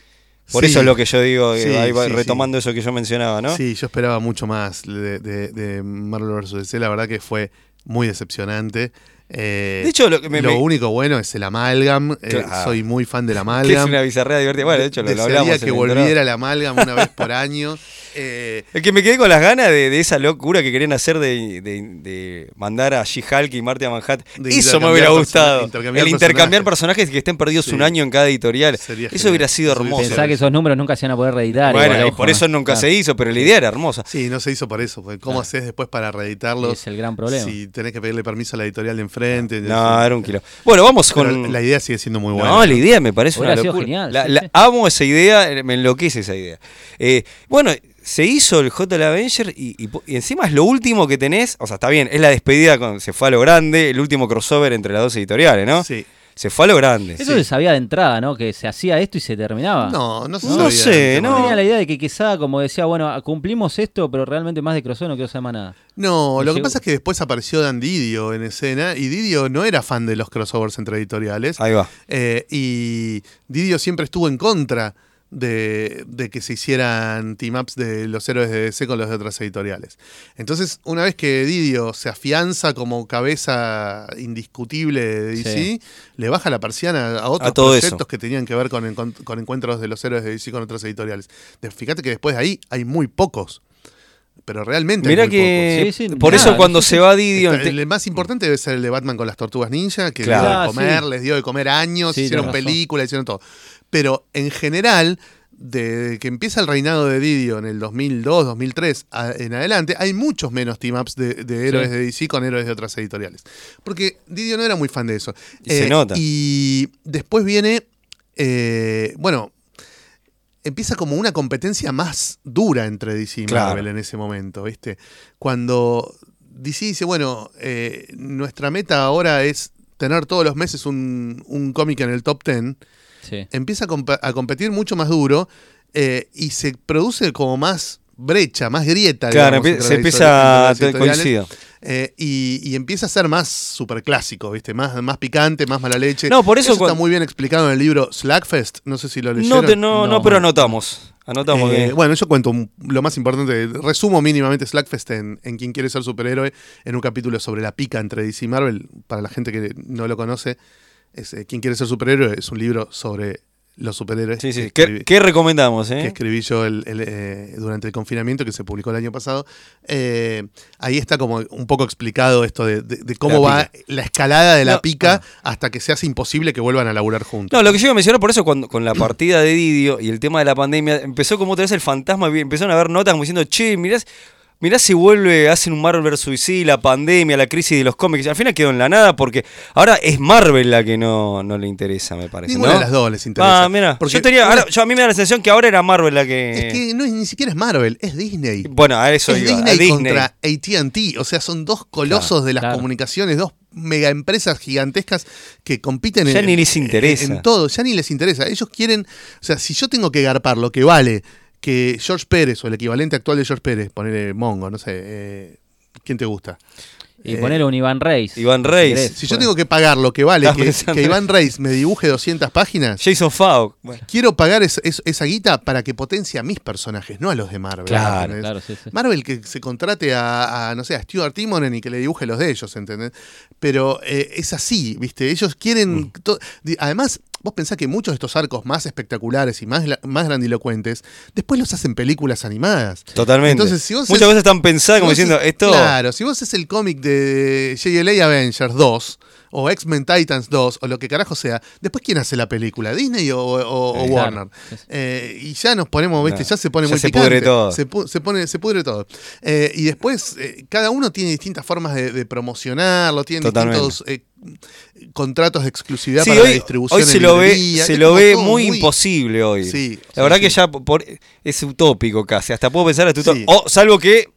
Speaker 1: Por
Speaker 3: Sí.
Speaker 1: eso es lo que yo digo, eh,
Speaker 3: Sí,
Speaker 1: ahí va-
Speaker 3: sí,
Speaker 1: retomando eso que yo mencionaba, ¿no?
Speaker 3: Sí, yo esperaba mucho más de, de, de Marvel vs. DC. La verdad que fue muy decepcionante. Eh,
Speaker 1: De hecho, lo que me-
Speaker 3: lo
Speaker 1: me-
Speaker 3: único bueno es el amalgam. Eh,
Speaker 1: Claro.
Speaker 3: soy muy fan del
Speaker 1: que es
Speaker 3: amalgam.
Speaker 1: una bizarrea divertida. Bueno, de hecho, lo, lo
Speaker 3: Desearía
Speaker 1: hablamos. en
Speaker 3: que
Speaker 1: el
Speaker 3: volviera
Speaker 1: programa.
Speaker 3: el amalgam una vez por año. Eh,
Speaker 1: Es que me quedé con las ganas de, de esa locura que querían hacer de, de- de mandar a She-Hulk y Marte a Manhattan.
Speaker 3: De
Speaker 1: Eso me
Speaker 3: intercambiar
Speaker 1: hubiera
Speaker 3: persona-
Speaker 1: gustado.
Speaker 3: intercambiar
Speaker 1: el intercambiar
Speaker 3: personajes.
Speaker 1: personajes que estén perdidos
Speaker 3: Sí.
Speaker 1: un año en cada editorial.
Speaker 3: Sería
Speaker 1: eso
Speaker 3: genial.
Speaker 1: hubiera sido
Speaker 3: Eso hubiera
Speaker 1: hermoso.
Speaker 2: Pensaba que esos números nunca se iban a poder reeditar.
Speaker 1: Bueno,
Speaker 2: igual,
Speaker 1: y
Speaker 2: ojo,
Speaker 1: por
Speaker 2: ¿no?
Speaker 1: eso nunca
Speaker 2: Claro.
Speaker 1: se hizo, pero la idea era hermosa.
Speaker 3: sí, no se hizo por eso. Porque ¿Cómo haces después para reeditarlos?
Speaker 2: Es el gran problema.
Speaker 3: Si tenés que pedirle permiso a la editorial de enfrente.
Speaker 1: No, era un kilo. Bueno, vamos
Speaker 3: Pero
Speaker 1: con.
Speaker 3: La idea sigue siendo muy buena.
Speaker 1: No, la idea me parece
Speaker 2: Hubiera
Speaker 1: una
Speaker 2: sido
Speaker 1: locura.
Speaker 2: genial,
Speaker 1: La-
Speaker 2: sí,
Speaker 1: la-
Speaker 2: sí.
Speaker 1: Amo esa idea, eh, me enloquece esa idea. Eh, bueno, se hizo el J. Avenger y, y po- y encima es lo último que tenés. O sea, está bien, es la despedida, con, se fue a lo grande, el último crossover entre las dos editoriales, ¿no?
Speaker 3: Sí.
Speaker 1: Se fue a lo grande.
Speaker 2: Eso
Speaker 1: sí.
Speaker 2: se sabía de entrada, ¿no? Que se hacía esto y se terminaba.
Speaker 3: No, no se
Speaker 1: No
Speaker 3: sabía.
Speaker 1: sé,
Speaker 2: Yo
Speaker 1: no.
Speaker 2: tenía la idea de que Quesada como decía, bueno, ah, cumplimos esto, pero realmente más de crossover no quiero saber más nada.
Speaker 3: No,
Speaker 2: Me
Speaker 3: lo que
Speaker 2: llegó.
Speaker 3: pasa es que después apareció Dan Didio en escena y Didio no era fan de los crossovers entre editoriales
Speaker 1: Ahí va.
Speaker 3: eh, y Didio siempre estuvo en contra de, de que se hicieran team-ups de los héroes de DC con los de otras editoriales. Entonces, una vez que Didio se afianza como cabeza indiscutible de DC,
Speaker 2: Sí.
Speaker 3: le baja la persiana a otros
Speaker 1: A todo
Speaker 3: proyectos
Speaker 1: eso.
Speaker 3: que tenían que ver con, encon- con encuentros de los héroes de DC con otras editoriales. De- Fíjate que después de ahí hay muy pocos. Pero realmente. hay
Speaker 1: Mirá
Speaker 3: muy pocos.
Speaker 1: que.
Speaker 2: pocos. Sí, sí,
Speaker 1: por
Speaker 2: nada,
Speaker 1: eso cuando
Speaker 2: sí,
Speaker 1: se va Didio.
Speaker 3: Está-
Speaker 1: ente-
Speaker 3: el más importante debe ser el de Batman con las tortugas ninja, que
Speaker 1: Claro.
Speaker 3: les dio de
Speaker 2: Mm. Ah,
Speaker 3: comer,
Speaker 2: sí.
Speaker 3: les dio de comer años,
Speaker 2: Sí,
Speaker 3: hicieron
Speaker 2: tenés razón.
Speaker 3: películas, hicieron todo. Pero en general, desde que empieza el reinado de Didio en el 2002, 2003 a- en adelante, hay muchos menos team-ups de, de héroes
Speaker 2: Sí.
Speaker 3: de DC con héroes de otras editoriales. Porque Didio no era muy fan de eso. Eh,
Speaker 1: Y se nota.
Speaker 3: Y después viene, eh, bueno, empieza como una competencia más dura entre DC y
Speaker 1: Claro.
Speaker 3: Marvel en ese momento, ¿viste? Cuando DC dice, bueno, eh, nuestra meta ahora es tener todos los meses un, un cómic en el top 10,
Speaker 2: Sí.
Speaker 3: empieza a, compa- a competir mucho más duro eh, y se produce como más brecha, más grieta.
Speaker 1: claro,
Speaker 3: digamos,
Speaker 1: empie-
Speaker 3: entre
Speaker 1: se
Speaker 3: las
Speaker 1: empieza a.
Speaker 3: editoriales- entre las editoriales.
Speaker 1: Coincido.
Speaker 3: Eh, y, y empieza a ser más super clásico, ¿viste? Más, más picante, más mala leche.
Speaker 1: No, por eso
Speaker 3: está
Speaker 1: cuan-
Speaker 3: muy bien explicado en el libro Slackfest. No sé si lo leyeron.
Speaker 1: No, te- no, no,
Speaker 2: No.
Speaker 1: pero anotamos. Anotamos
Speaker 3: Eh,
Speaker 1: que-
Speaker 3: Bueno, yo cuento un- lo más importante. Resumo mínimamente Slackfest en, en Quien quiere ser superhéroe en un capítulo sobre la pica entre DC y Marvel. Para la gente que no lo conoce, es, eh, Quien quiere ser superhéroe es un libro sobre los superhéroes.
Speaker 1: Sí, sí.
Speaker 3: que
Speaker 1: ¿Qué,
Speaker 3: escribí-
Speaker 1: qué recomendamos, eh?
Speaker 3: eh, que escribí yo el- el, eh, durante el confinamiento que se publicó el año pasado, eh, ahí está como un poco explicado esto de, de- de cómo
Speaker 1: La
Speaker 3: va la escalada de la
Speaker 1: No, ah.
Speaker 3: pica hasta que se hace imposible que vuelvan a laburar juntos.
Speaker 1: No, lo que yo iba a mencionar, por eso cuando, con la partida de Didio y el tema de la pandemia, empezó como otra vez el fantasma, vi- empezaron a haber notas como diciendo, che, mirá, mirá si vuelve, hacen un Marvel vs. DC, la pandemia, la crisis de los cómics, al final quedó en la nada porque ahora es Marvel la que no, no le interesa, me parece.
Speaker 3: Ninguna
Speaker 1: ¿no?
Speaker 3: de las dos les interesa.
Speaker 1: Ah, mirá,
Speaker 3: Porque
Speaker 1: yo tenía,
Speaker 3: una-
Speaker 1: ahora- yo- a mí me da la sensación que ahora era Marvel la que...
Speaker 3: es que no es- ni siquiera es Marvel, es Disney.
Speaker 1: bueno, a Eh, eso
Speaker 3: es
Speaker 1: iba, a
Speaker 3: Disney,
Speaker 1: Disney.
Speaker 3: contra ATT, o sea, son dos colosos de las
Speaker 2: claro.
Speaker 3: comunicaciones, dos mega empresas gigantescas que compiten
Speaker 1: Ya
Speaker 3: en,
Speaker 1: ni les
Speaker 3: en-
Speaker 1: interesa.
Speaker 3: en todo, ya ni les interesa. Ellos quieren, o sea, si yo tengo que garpar lo que vale que George Pérez o el equivalente actual de George Pérez, poner Mongo, no sé, eh, ¿quién te gusta?
Speaker 2: Y
Speaker 3: Eh,
Speaker 2: poner un Iván Reis.
Speaker 1: Iván
Speaker 2: si
Speaker 1: Reis.
Speaker 2: querés.
Speaker 3: Si yo tengo que pagar lo que vale
Speaker 1: Estaba
Speaker 3: que,
Speaker 1: pensando
Speaker 3: que
Speaker 1: en
Speaker 3: Iván Reis me dibuje 200 páginas,
Speaker 1: Jason Faulk. Bueno.
Speaker 3: quiero pagar es- es- esa guita para que potencie a mis personajes, no a los de Marvel.
Speaker 1: Claro,
Speaker 3: ¿entendés?
Speaker 2: Claro, sí, sí.
Speaker 3: Marvel que se contrate a, a, no sé, a Stuart Timonen y que le dibuje los de ellos, ¿entendés? Pero eh, es así, ¿viste? Ellos quieren... to- di- Además, vos pensás que muchos de estos arcos más espectaculares y más, la- más grandilocuentes, después los hacen películas animadas.
Speaker 1: Totalmente.
Speaker 3: Entonces, si vos
Speaker 1: Muchas
Speaker 3: es-
Speaker 1: veces están pensadas como
Speaker 3: Vos
Speaker 1: diciendo,
Speaker 3: decís,
Speaker 1: esto...
Speaker 3: Claro, si vos es el cómic de JLA Avengers 2 o X-Men Titans 2 o lo que carajo sea, después ¿quién hace la película? ¿Disney o, o- o
Speaker 2: Claro.
Speaker 3: Warner?
Speaker 2: Sí, sí.
Speaker 3: Eh, y ya nos ponemos, viste,
Speaker 1: No,
Speaker 3: ya se pone
Speaker 1: ya
Speaker 3: muy
Speaker 1: se
Speaker 3: picante.
Speaker 1: pudre todo.
Speaker 3: Se, pu- se pone, se pudre todo. Eh, y después, eh, cada uno tiene distintas formas de, de promocionarlo, tiene
Speaker 1: Totalmente.
Speaker 3: distintos eh, contratos de exclusividad
Speaker 1: Sí,
Speaker 3: para la
Speaker 1: hoy,
Speaker 3: distribución.
Speaker 1: hoy se
Speaker 3: en
Speaker 1: lo ve,
Speaker 3: librería.
Speaker 1: se
Speaker 3: Es
Speaker 1: lo
Speaker 3: como
Speaker 1: ve
Speaker 3: todo
Speaker 1: muy, imposible hoy.
Speaker 3: Sí,
Speaker 1: la
Speaker 3: sí,
Speaker 1: verdad
Speaker 3: sí.
Speaker 1: que ya por- es utópico casi. Hasta puedo pensar hasta
Speaker 3: Sí.
Speaker 1: utópico. O salvo que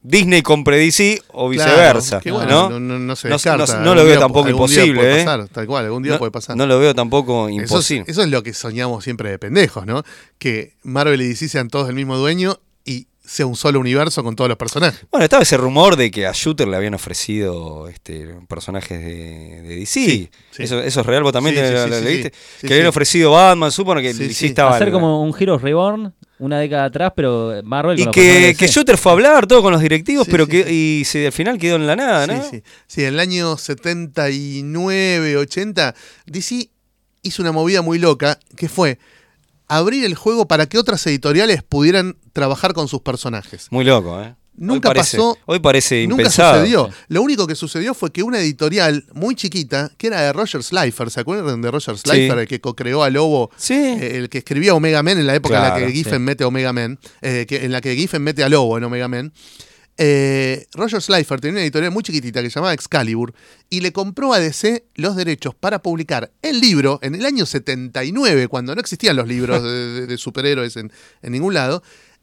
Speaker 1: Disney compre DC o
Speaker 3: Claro,
Speaker 1: viceversa.
Speaker 3: que bueno,
Speaker 1: ¿no?
Speaker 3: no, no se
Speaker 1: No-
Speaker 3: descarta.
Speaker 1: no- no
Speaker 3: Algún
Speaker 1: lo veo
Speaker 3: día-
Speaker 1: tampoco
Speaker 3: algún día
Speaker 1: imposible,
Speaker 3: puede
Speaker 1: ¿eh?
Speaker 3: pasar, tal cual, algún día
Speaker 1: No-
Speaker 3: puede pasar.
Speaker 1: no lo veo tampoco
Speaker 3: Eso es,
Speaker 1: imposible.
Speaker 3: eso es lo que soñamos siempre de pendejos, ¿no? Que Marvel y DC sean todos del mismo dueño y sea un solo universo con todos los personajes.
Speaker 1: Bueno, estaba ese rumor de que a Shooter le habían ofrecido este, personajes de, de DC.
Speaker 3: sí.
Speaker 1: Eso, eso es real, vos también
Speaker 3: Sí,
Speaker 1: te-
Speaker 3: sí,
Speaker 1: lo,
Speaker 3: sí,
Speaker 1: lo
Speaker 3: sí,
Speaker 1: leíste.
Speaker 3: sí. Sí,
Speaker 1: que le habían
Speaker 3: sí.
Speaker 1: ofrecido Batman, supongo que
Speaker 3: Sí,
Speaker 1: DC
Speaker 3: sí.
Speaker 1: estaba.
Speaker 2: Hacer como un Heroes Reborn una década atrás, pero Marvel con
Speaker 1: y
Speaker 2: los
Speaker 1: que,
Speaker 2: personajes
Speaker 1: que
Speaker 2: de DC.
Speaker 1: Shooter fue a hablar todo con los directivos,
Speaker 3: Sí,
Speaker 1: pero
Speaker 3: sí,
Speaker 1: que
Speaker 3: sí.
Speaker 1: y se, al final quedó en la nada, Ah, ¿no?
Speaker 3: Sí, sí. Sí, en el año 79, 80, DC hizo una movida muy loca que fue abrir el juego para que otras editoriales pudieran trabajar con sus personajes.
Speaker 1: Muy loco, ¿eh?
Speaker 3: Nunca
Speaker 1: hoy parece,
Speaker 3: pasó-
Speaker 1: Hoy parece
Speaker 3: Nunca
Speaker 1: impensado.
Speaker 3: sucedió. Lo único que sucedió fue que una editorial muy chiquita, que era de Roger Slifer, ¿se acuerdan de Roger Slifer, el que co-creó a Lobo
Speaker 1: Sí.
Speaker 3: Eh, el que escribía Omega Men en la época en la
Speaker 1: Claro,
Speaker 3: que Giffen mete a Omega Men, eh, que- en la que Giffen mete a Lobo en Omega Men. eh, Roger Slifer tenía una editorial muy chiquitita que se llamaba Excalibur y le compró a DC los derechos para publicar el libro en el año 79, cuando no existían los libros de, de- de superhéroes en, en ningún lado,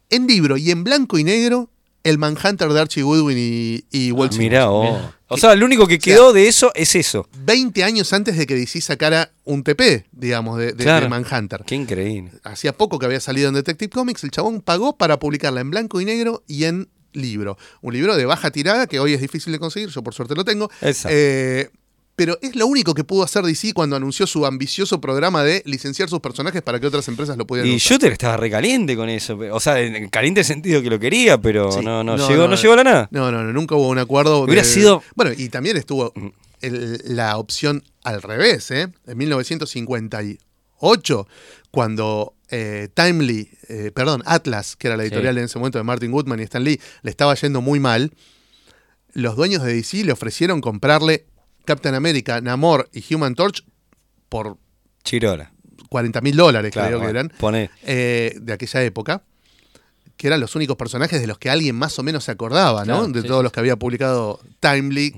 Speaker 3: en libro y en blanco y negro, el Manhunter de Archie Goodwin y, y Walt Simmons.
Speaker 1: Ah, Mirá vos.
Speaker 2: Mirá.
Speaker 1: O sea, lo único que quedó de eso es eso.
Speaker 3: 20 años antes de que DC sacara un TP, digamos, de, de- de
Speaker 1: Claro.
Speaker 3: Manhunter
Speaker 1: Qué increíble.
Speaker 3: hacía poco que había salido en Detective Comics, el chabón pagó para publicarla en blanco y negro y en libro. Un libro de baja tirada que hoy es difícil de conseguir, yo por suerte lo tengo.
Speaker 1: Exacto.
Speaker 3: Eh, Pero es lo único que pudo hacer DC cuando anunció su ambicioso programa de licenciar sus personajes para que otras empresas lo pudieran
Speaker 1: Y
Speaker 3: usar.
Speaker 1: Shooter estaba recaliente con eso. pe- O sea, en en caliente sentido que lo quería, pero
Speaker 3: Sí.
Speaker 1: no, no,
Speaker 3: No,
Speaker 1: llegó,
Speaker 3: no,
Speaker 1: no,
Speaker 3: no.
Speaker 1: llegó a la nada.
Speaker 3: No, no, no, nunca hubo un acuerdo. de-
Speaker 1: Hubiera sido- Mm.
Speaker 3: Bueno, y también estuvo el- la opción al revés, ¿eh? En 1958, cuando eh, Timely, eh, perdón, Atlas, que era la editorial
Speaker 2: Sí.
Speaker 3: en ese momento de Martin Goodman y Stan Lee, le estaba yendo muy mal, los dueños de DC le ofrecieron comprarle Captain America, Namor y Human Torch por
Speaker 1: Chirola.
Speaker 3: 40 mil dólares, creo que
Speaker 1: bueno,
Speaker 3: eran
Speaker 1: poné.
Speaker 3: eh, de aquella época, que eran los únicos personajes de los que alguien más o menos se acordaba, ¿no?
Speaker 2: Claro,
Speaker 3: de
Speaker 2: sí,
Speaker 3: todos
Speaker 2: sí,
Speaker 3: los que había publicado Timely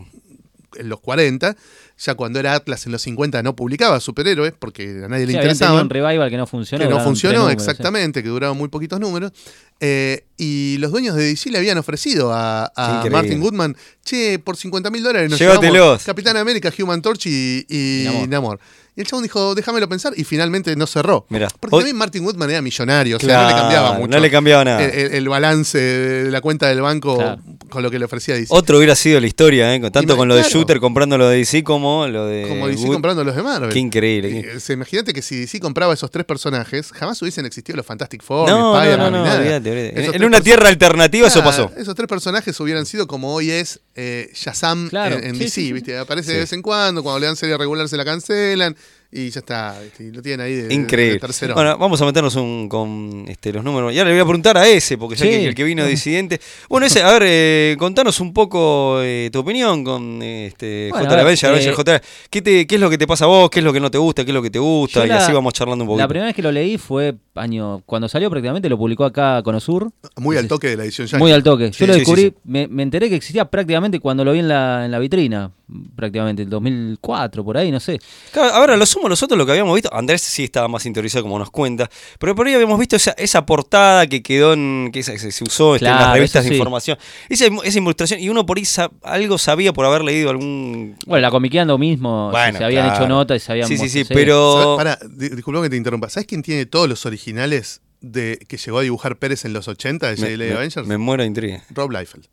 Speaker 3: en los 40. Ya cuando era Atlas en los 50 no publicaba superhéroes porque a nadie le
Speaker 2: Sí, habían tenido
Speaker 3: interesaban.
Speaker 2: un revival que no funcionó.
Speaker 3: Que no
Speaker 2: duraron tres
Speaker 3: funcionó,
Speaker 2: números, eh. sí.
Speaker 3: exactamente, que duraron muy poquitos números. Eh, y los dueños de DC le habían ofrecido a, a
Speaker 1: Qué increíble.
Speaker 3: Martin Goodman, che, por 50 mil dólares nos
Speaker 1: Llévatelos.
Speaker 3: llevamos Capitán América, Human Torch y, y
Speaker 2: Y Namor.
Speaker 3: Namor. Y el chabón dijo, déjamelo pensar, y finalmente no cerró.
Speaker 1: Mirá.
Speaker 3: Porque
Speaker 1: Hoy-
Speaker 3: también Martin Goodman era millonario, o sea, no le
Speaker 1: Claro,
Speaker 3: cambiaba mucho. Eh,
Speaker 1: no le cambiaba nada.
Speaker 3: El, el- el balance de la cuenta del banco
Speaker 2: Claro.
Speaker 3: con lo que le ofrecía DC.
Speaker 1: Otro hubiera sido la historia, ¿eh? Con- tanto
Speaker 3: Ima-
Speaker 1: con lo de
Speaker 3: claro.
Speaker 1: Shooter comprando lo de DC como lo de.
Speaker 3: como DC
Speaker 1: eh, Wood.
Speaker 3: comprando los de Marvel.
Speaker 1: Qué increíble.
Speaker 3: Y,
Speaker 1: qué-
Speaker 3: eh, se- Imagínate que si DC compraba esos tres personajes, jamás hubiesen existido los Fantastic Four, ni
Speaker 1: No, no, no,
Speaker 3: Spider-Man,
Speaker 1: no,
Speaker 3: ni nada.
Speaker 1: olvídate, olvídate.
Speaker 3: Esos
Speaker 1: En, en
Speaker 3: tres
Speaker 1: una
Speaker 3: perso-
Speaker 1: tierra alternativa eso
Speaker 3: Claro,
Speaker 1: pasó.
Speaker 3: Esos tres personajes hubieran sido como hoy es eh, Shazam
Speaker 2: Claro,
Speaker 3: en, en
Speaker 2: sí,
Speaker 3: DC,
Speaker 2: sí, sí.
Speaker 3: ¿viste? Aparece
Speaker 1: Sí.
Speaker 3: de vez en cuando, cuando le dan serie regular se la cancelan y ya está. ¿viste? Y lo tienen ahí de, de- de
Speaker 1: Increíble.
Speaker 3: tercero.
Speaker 1: Bueno, vamos a meternos un- con este, los números. Y ahora le voy a preguntar a ese, porque ya
Speaker 2: Sí.
Speaker 1: que el que vino disidente. Bueno, ese, a ver, eh, contanos un poco eh, tu opinión con eh, este,
Speaker 2: Bueno,
Speaker 1: J.
Speaker 2: a
Speaker 1: La
Speaker 2: ver,
Speaker 1: Bella, Avenger
Speaker 2: eh,
Speaker 1: J. ¿Qué, te- ¿Qué es lo que te pasa a vos? ¿Qué es lo que no te gusta? ¿Qué es lo que te gusta?
Speaker 2: Yo
Speaker 1: y
Speaker 2: la-
Speaker 1: así vamos charlando un poquito.
Speaker 2: La primera vez que lo leí fue año cuando salió prácticamente, lo publicó acá Conosur.
Speaker 3: Muy al toque de la edición ya.
Speaker 2: Muy al toque. Yo
Speaker 1: Sí,
Speaker 2: lo
Speaker 1: sí,
Speaker 2: descubrí,
Speaker 1: sí, sí.
Speaker 2: Me, me enteré que existía prácticamente cuando lo vi en la, en la vitrina, prácticamente, el 2004, por ahí, no sé.
Speaker 1: Claro, a ver, a lo sumo nosotros lo que habíamos visto, Andrés sí estaba más interiorizado como nos cuenta, pero por ahí habíamos visto esa, esa portada que quedó en, que se, se- se usó este, en
Speaker 2: Claro,
Speaker 1: las revistas de
Speaker 2: eso sí.
Speaker 1: información, esa, esa ilustración, y uno por ahí sa- algo sabía por haber leído algún...
Speaker 2: Bueno, la comiqueando mismo,
Speaker 1: Bueno,
Speaker 2: se habían
Speaker 1: claro.
Speaker 2: hecho notas y se habían
Speaker 1: Sí, sí, sí,
Speaker 2: mostrado-
Speaker 1: pero...
Speaker 3: Para, disculpa que te interrumpa. ¿Sabes quién tiene todos los originales de que llegó a dibujar Pérez en los 80 de
Speaker 1: me,
Speaker 3: JLA
Speaker 1: me-
Speaker 3: Avengers?
Speaker 1: me muero de intriga.
Speaker 3: Rob Liefeld.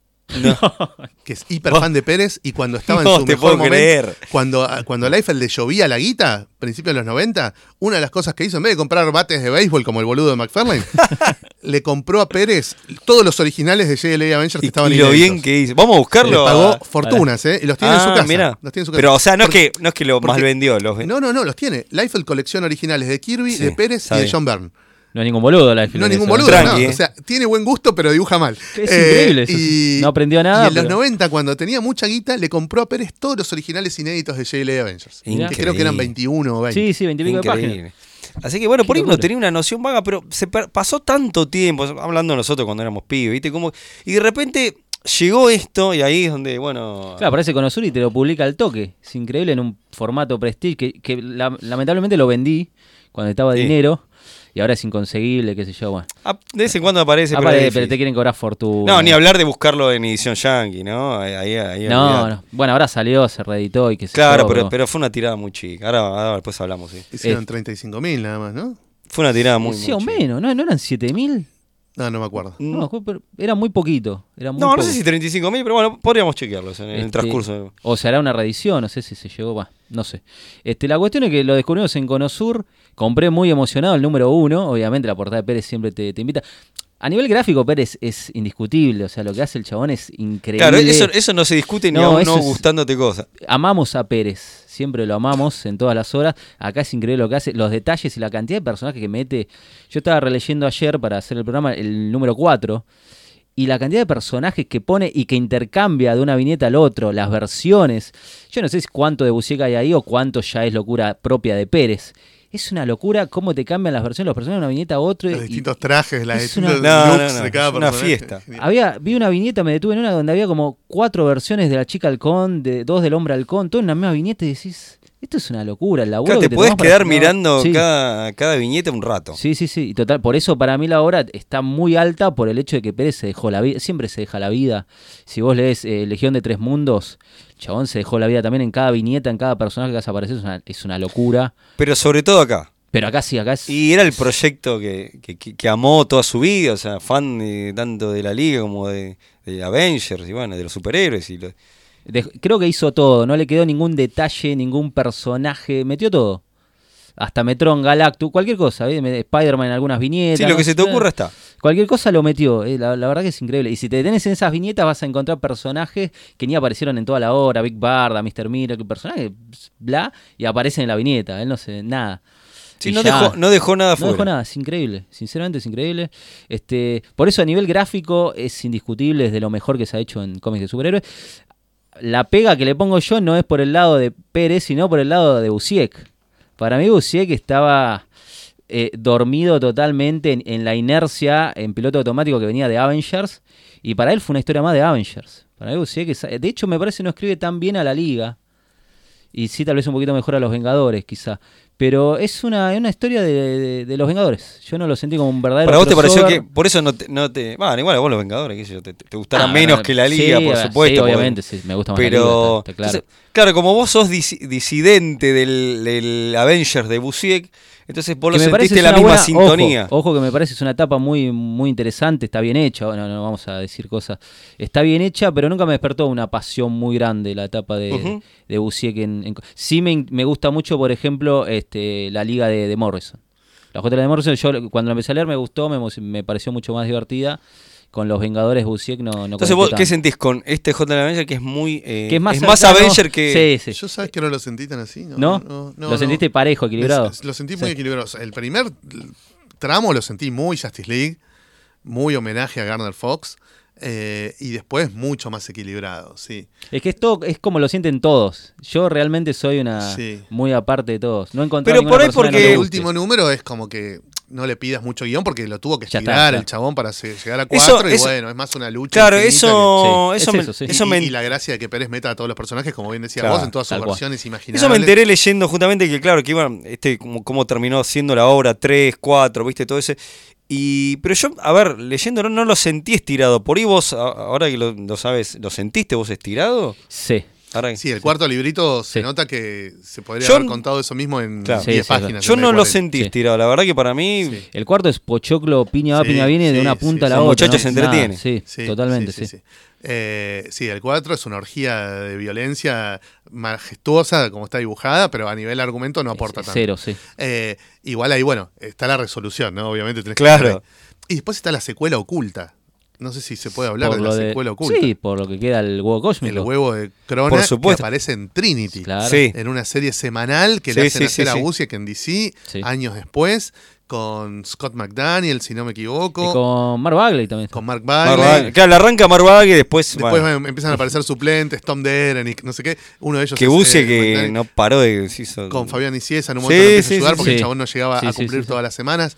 Speaker 1: No.
Speaker 3: que es hiper fan de Pérez y cuando estaba en
Speaker 1: No
Speaker 3: su
Speaker 1: te
Speaker 3: mejor
Speaker 1: puedo
Speaker 3: momento,
Speaker 1: creer.
Speaker 3: cuando ah, cuando a Liefeld le llovía la guita, principios de los 90, una de las cosas que hizo en vez de comprar bates de béisbol como el boludo de McFarlane, le compró a Pérez todos los originales de JLA Avengers que
Speaker 1: Y,
Speaker 3: estaban
Speaker 1: y lo
Speaker 3: inéditos.
Speaker 1: bien que hizo. Vamos a
Speaker 3: le
Speaker 1: buscarlo.
Speaker 3: pagó
Speaker 1: a-
Speaker 3: fortunas, ¿eh? Y los tiene en su
Speaker 1: Ah,
Speaker 3: casa.
Speaker 1: mirá.
Speaker 3: Los tiene en su casa.
Speaker 1: Pero, o sea, no,
Speaker 3: Porque-
Speaker 1: es que, no es que lo más
Speaker 3: porque-
Speaker 1: vendió. Los,
Speaker 3: No, no, no, los tiene. Liefeld colecciona originales de Kirby,
Speaker 1: Sí,
Speaker 3: de Pérez
Speaker 1: está
Speaker 3: y de
Speaker 1: bien.
Speaker 3: John Byrne.
Speaker 2: No hay ningún boludo la
Speaker 3: No
Speaker 2: definición
Speaker 3: es
Speaker 2: de
Speaker 3: ningún
Speaker 2: eso,
Speaker 3: boludo,
Speaker 1: Tranqui,
Speaker 3: no.
Speaker 1: eh.
Speaker 3: O sea, tiene buen gusto, pero dibuja mal. Eh,
Speaker 2: Es increíble eso, sí. No aprendió nada,
Speaker 3: Y en los
Speaker 2: pero-
Speaker 3: 90, cuando tenía mucha guita, le compró a Pérez todos los originales inéditos de JLA Avengers.
Speaker 1: Mirá.
Speaker 3: Que creo que eran 21 o 20.
Speaker 2: Sí, sí, 20 y pico de páginas.
Speaker 1: Increíble. Así que bueno,
Speaker 2: Qué
Speaker 1: por ahí uno
Speaker 2: locura.
Speaker 1: tenía una noción vaga, pero se per- pasó tanto tiempo, hablando nosotros cuando éramos pibes, ¿viste? Como, y de repente llegó esto y ahí es donde, bueno...
Speaker 2: Claro, aparece Conosur y te lo publica al toque. Es increíble en un formato prestige que, que la- lamentablemente lo vendí cuando estaba
Speaker 1: Sí.
Speaker 2: dinero y ahora es inconseguible, qué sé yo. Bueno.
Speaker 1: ap- de vez en cuando aparece, pero
Speaker 2: Aparte,
Speaker 1: es
Speaker 2: pero te
Speaker 1: difícil.
Speaker 2: quieren cobrar fortuna.
Speaker 1: No, ni hablar de buscarlo en edición yankee, ¿no? Ahí, ahí, ahí
Speaker 2: No,
Speaker 1: olvidate.
Speaker 2: no. Bueno, ahora salió, se reeditó y que se
Speaker 1: Claro, pero, pero fue una tirada muy chica. Ahora, ahora después hablamos, sí.
Speaker 3: Hicieron
Speaker 2: Eh.
Speaker 3: 35.000 nada más, ¿no?
Speaker 1: Fue una tirada muy,
Speaker 2: Sí, o
Speaker 1: muy chica.
Speaker 2: menos, ¿no? ¿No eran 7000?
Speaker 3: No, no me acuerdo.
Speaker 1: Mm.
Speaker 2: No, pero era muy poquito. Era muy
Speaker 1: No, no
Speaker 2: poco.
Speaker 1: sé si 35 mil, pero bueno, podríamos chequearlos en, el
Speaker 2: Este,
Speaker 1: transcurso.
Speaker 2: O se hará una reedición, no sé si se llegó, va, no sé. Este, la cuestión es que lo descubrimos en Conosur, compré muy emocionado el número uno, obviamente la portada de Pérez siempre te, te invita. A nivel gráfico, Pérez es indiscutible, o sea, lo que hace el chabón es increíble.
Speaker 1: Claro, eso, eso no se discute ni
Speaker 2: No,
Speaker 1: aún
Speaker 2: eso
Speaker 1: no
Speaker 2: es-
Speaker 1: gustándote cosas.
Speaker 2: Amamos a Pérez, siempre lo amamos en todas las horas. Acá es increíble lo que hace, los detalles y la cantidad de personajes que mete. Yo estaba releyendo ayer para hacer el programa el número 4 y la cantidad de personajes que pone y que intercambia de una viñeta al otro, las versiones. Yo no sé si cuánto de Buceca hay ahí o cuánto ya es locura propia de Pérez. Es una locura cómo te cambian las versiones, los personajes de una viñeta a otra.
Speaker 3: Los
Speaker 2: y-
Speaker 3: distintos trajes, las
Speaker 2: es una- Ah,
Speaker 3: distintos
Speaker 1: No,
Speaker 3: looks
Speaker 1: no, no,
Speaker 3: de cada
Speaker 1: es una
Speaker 3: personaje.
Speaker 1: fiesta.
Speaker 3: Genial.
Speaker 2: había, vi una viñeta, me detuve en una donde había como cuatro versiones de la chica halcón, de, dos del hombre halcón, todo en la misma viñeta y decís, esto es una locura, el laburo
Speaker 1: Claro,
Speaker 2: que
Speaker 1: te podés
Speaker 2: tomás para
Speaker 1: quedar
Speaker 2: generar-
Speaker 1: mirando
Speaker 2: Sí.
Speaker 1: cada, cada viñeta un rato.
Speaker 2: Sí, sí, sí. Y total, por eso para mí la obra está muy alta por el hecho de que Pérez se dejó la vida, siempre se deja la vida. Si vos lees eh, Legión de Tres Mundos, Chabón se dejó la vida también en cada viñeta, en cada personaje que vas a aparecer, es una, es una locura.
Speaker 1: Pero sobre todo acá.
Speaker 2: Pero acá sí, acá es...
Speaker 1: Y era el proyecto que, que- que- que amó toda su vida, o sea, fan de- tanto de la liga como de, de Avengers y bueno, de los superhéroes. Y, lo-
Speaker 2: Dej- creo que hizo todo, no le quedó ningún detalle, ningún personaje, metió todo. Hasta Metron, Galactus, cualquier cosa, ¿eh? Me- Spider-Man en algunas viñetas.
Speaker 1: Sí, lo
Speaker 2: ¿no?
Speaker 1: que se te
Speaker 2: Eh,
Speaker 1: ocurra está.
Speaker 2: Cualquier cosa lo metió, eh, la, la verdad que es increíble. Y si te detenés en esas viñetas vas a encontrar personajes que ni aparecieron en toda la hora, Big Barda, Mr. Miracle, personajes, bla, y aparecen en la viñeta, él no sé, nada.
Speaker 1: Sí,
Speaker 2: Y
Speaker 1: no,
Speaker 2: ya.
Speaker 1: dejó, no dejó nada
Speaker 2: No
Speaker 1: fuera.
Speaker 2: dejó nada, es increíble, sinceramente es increíble. Este, por eso a nivel gráfico es indiscutible, es de lo mejor que se ha hecho en cómics de superhéroes. La pega que le pongo yo no es por el lado de Pérez, sino por el lado de Busiek. Para mí Busiek estaba eh, dormido totalmente en, en la inercia en piloto automático que venía de Avengers y para él fue una historia más de Avengers. Para mí Busiek, es- de hecho me parece no escribe tan bien a la liga. Y sí, tal vez un poquito mejor a los Vengadores, quizá. Pero es una, es una historia de, de- de los Vengadores. Yo no lo sentí como un verdadero.
Speaker 1: Para vos te pareció que
Speaker 2: crossover.
Speaker 1: por eso no te... No te bueno, igual a vos los Vengadores, qué sé yo, te, te gustará
Speaker 2: Ah,
Speaker 1: menos
Speaker 2: bueno,
Speaker 1: que la Liga,
Speaker 2: sí,
Speaker 1: por
Speaker 2: sí,
Speaker 1: supuesto. porque-
Speaker 2: obviamente, sí, me gusta más la
Speaker 1: Pero,
Speaker 2: Liga, está- está claro.
Speaker 1: entonces, claro, como vos sos dis- disidente del, del Avengers de Busiek, entonces vos lo
Speaker 2: Que me parece
Speaker 1: sentiste
Speaker 2: es
Speaker 1: la
Speaker 2: una
Speaker 1: misma
Speaker 2: buena-
Speaker 1: sintonía.
Speaker 2: Ojo, ojo que me parece es una etapa muy, muy interesante, está bien hecha, bueno, no vamos a decir cosas. Está bien hecha, pero nunca me despertó una pasión muy grande la etapa de,
Speaker 1: Ujú.
Speaker 2: de Busiek en- en- sí me, in- me gusta mucho, por ejemplo, este, la liga de, de Morrison. La J de Morrison, yo lo- cuando la empecé a leer me gustó, me, emo- me pareció mucho más divertida. Con los Vengadores Busiek no, no
Speaker 1: entonces
Speaker 2: conecté
Speaker 1: vos, ¿qué
Speaker 2: tanto.
Speaker 1: sentís con este J. Avenger que es muy... eh,
Speaker 2: Que es más, cercano-
Speaker 1: Avenger que...
Speaker 2: Sí, sí.
Speaker 3: Yo sabes que no lo sentí tan así, ¿no?
Speaker 2: ¿No? lo sentiste parejo, equilibrado.
Speaker 3: Es- es- Lo sentí muy
Speaker 2: Sí.
Speaker 3: equilibrado. O sea, el primer tramo lo sentí muy Justice League, muy homenaje a Garner Fox, eh, y después mucho más equilibrado, sí.
Speaker 2: Es que esto es como lo sienten todos. Yo realmente soy una
Speaker 3: Sí.
Speaker 2: muy aparte de todos. No encontré
Speaker 1: Pero
Speaker 2: ninguna
Speaker 1: por ahí
Speaker 2: persona que no
Speaker 1: porque-
Speaker 2: le
Speaker 3: el
Speaker 2: guste.
Speaker 3: último número es como que no le pidas mucho guión porque lo tuvo que
Speaker 2: Ya está,
Speaker 3: estirar
Speaker 2: claro.
Speaker 3: el chabón para se- llegar a
Speaker 1: Eso-
Speaker 3: cuatro y
Speaker 1: eso-
Speaker 3: bueno, es más una lucha.
Speaker 1: Claro,
Speaker 3: infinita
Speaker 1: eso,
Speaker 2: que- Sí,
Speaker 1: eso,
Speaker 2: es
Speaker 1: me,
Speaker 2: eso, sí.
Speaker 3: que-
Speaker 1: eso
Speaker 3: y,
Speaker 1: me-
Speaker 3: y la gracia de que Pérez meta a todos los personajes, como bien decía
Speaker 1: Claro,
Speaker 3: vos, en todas sus
Speaker 2: tal cual.
Speaker 3: versiones imaginables.
Speaker 1: Eso me enteré leyendo justamente que, claro, que iban, este, como, cómo terminó siendo la obra 3, 4, viste, todo ese. Y, pero yo, a ver, leyéndolo no lo sentí estirado. Por ahí vos, a- ahora que lo, lo sabes, ¿lo sentiste vos estirado?
Speaker 2: Sí.
Speaker 1: Ahora que-
Speaker 3: Sí, el cuarto librito se
Speaker 2: Sí.
Speaker 3: nota que se podría
Speaker 1: Yo-
Speaker 3: haber contado eso mismo en 10
Speaker 1: Claro.
Speaker 2: Sí, sí,
Speaker 3: páginas.
Speaker 1: Yo
Speaker 3: en
Speaker 1: no
Speaker 3: vez de
Speaker 1: lo
Speaker 3: 40.
Speaker 1: sentí
Speaker 2: Sí.
Speaker 1: estirado. La verdad que para mí,
Speaker 3: Sí.
Speaker 2: El cuarto es Pochoclo, piña va,
Speaker 3: Sí,
Speaker 2: piña viene de
Speaker 3: sí,
Speaker 2: una punta a la
Speaker 3: sí,
Speaker 2: otra.
Speaker 3: sí. El
Speaker 1: muchacho
Speaker 2: ¿no?
Speaker 1: se entretiene.
Speaker 2: Nada, sí,
Speaker 3: Sí,
Speaker 2: totalmente, sí.
Speaker 3: Sí, Eh, sí, el 4 es una orgía de violencia majestuosa, como está dibujada, pero a nivel argumento no aporta
Speaker 2: Es- es
Speaker 3: tanto.
Speaker 2: Cero, sí.
Speaker 3: Eh, igual ahí, bueno, está la resolución, ¿no? Obviamente tenés que
Speaker 1: Claro.
Speaker 3: estar ahí. Y después está la secuela oculta. No sé si se puede hablar
Speaker 2: Por
Speaker 3: de la
Speaker 2: lo
Speaker 3: secuela oculta.
Speaker 2: Sí, por lo que queda el huevo cósmico.
Speaker 3: el huevo de Crona
Speaker 1: Por supuesto.
Speaker 3: que aparece en Trinity.
Speaker 2: Claro.
Speaker 1: Sí.
Speaker 3: En una serie semanal que
Speaker 1: Sí,
Speaker 3: le hacen
Speaker 1: sí,
Speaker 3: hacer
Speaker 1: sí,
Speaker 3: a
Speaker 1: sí.
Speaker 3: Busiek en DC
Speaker 2: Sí.
Speaker 3: años después, con Scott McDaniel, si no me
Speaker 2: Y
Speaker 3: equivoco, con,
Speaker 2: con Mark Bagley también.
Speaker 3: Mark
Speaker 1: Mark
Speaker 3: Bagley.
Speaker 1: Wahlberg- claro, le arranca Marvag y después,
Speaker 3: Después
Speaker 1: bueno,
Speaker 3: em- empiezan a aparecer suplentes, Tom Derenick, no sé qué. Uno de ellos
Speaker 1: que
Speaker 3: es,
Speaker 1: Buce
Speaker 3: eh,
Speaker 1: que
Speaker 3: McDaniel,
Speaker 1: no paró de... se hizo-
Speaker 3: con Fabián Iciesa en
Speaker 1: Sí,
Speaker 3: un momento lo empieza
Speaker 1: sí,
Speaker 3: a ayudar
Speaker 1: sí,
Speaker 3: porque el
Speaker 2: sí.
Speaker 3: chabón no llegaba
Speaker 2: Sí,
Speaker 3: a
Speaker 2: sí,
Speaker 3: cumplir
Speaker 2: sí, sí.
Speaker 3: todas las semanas.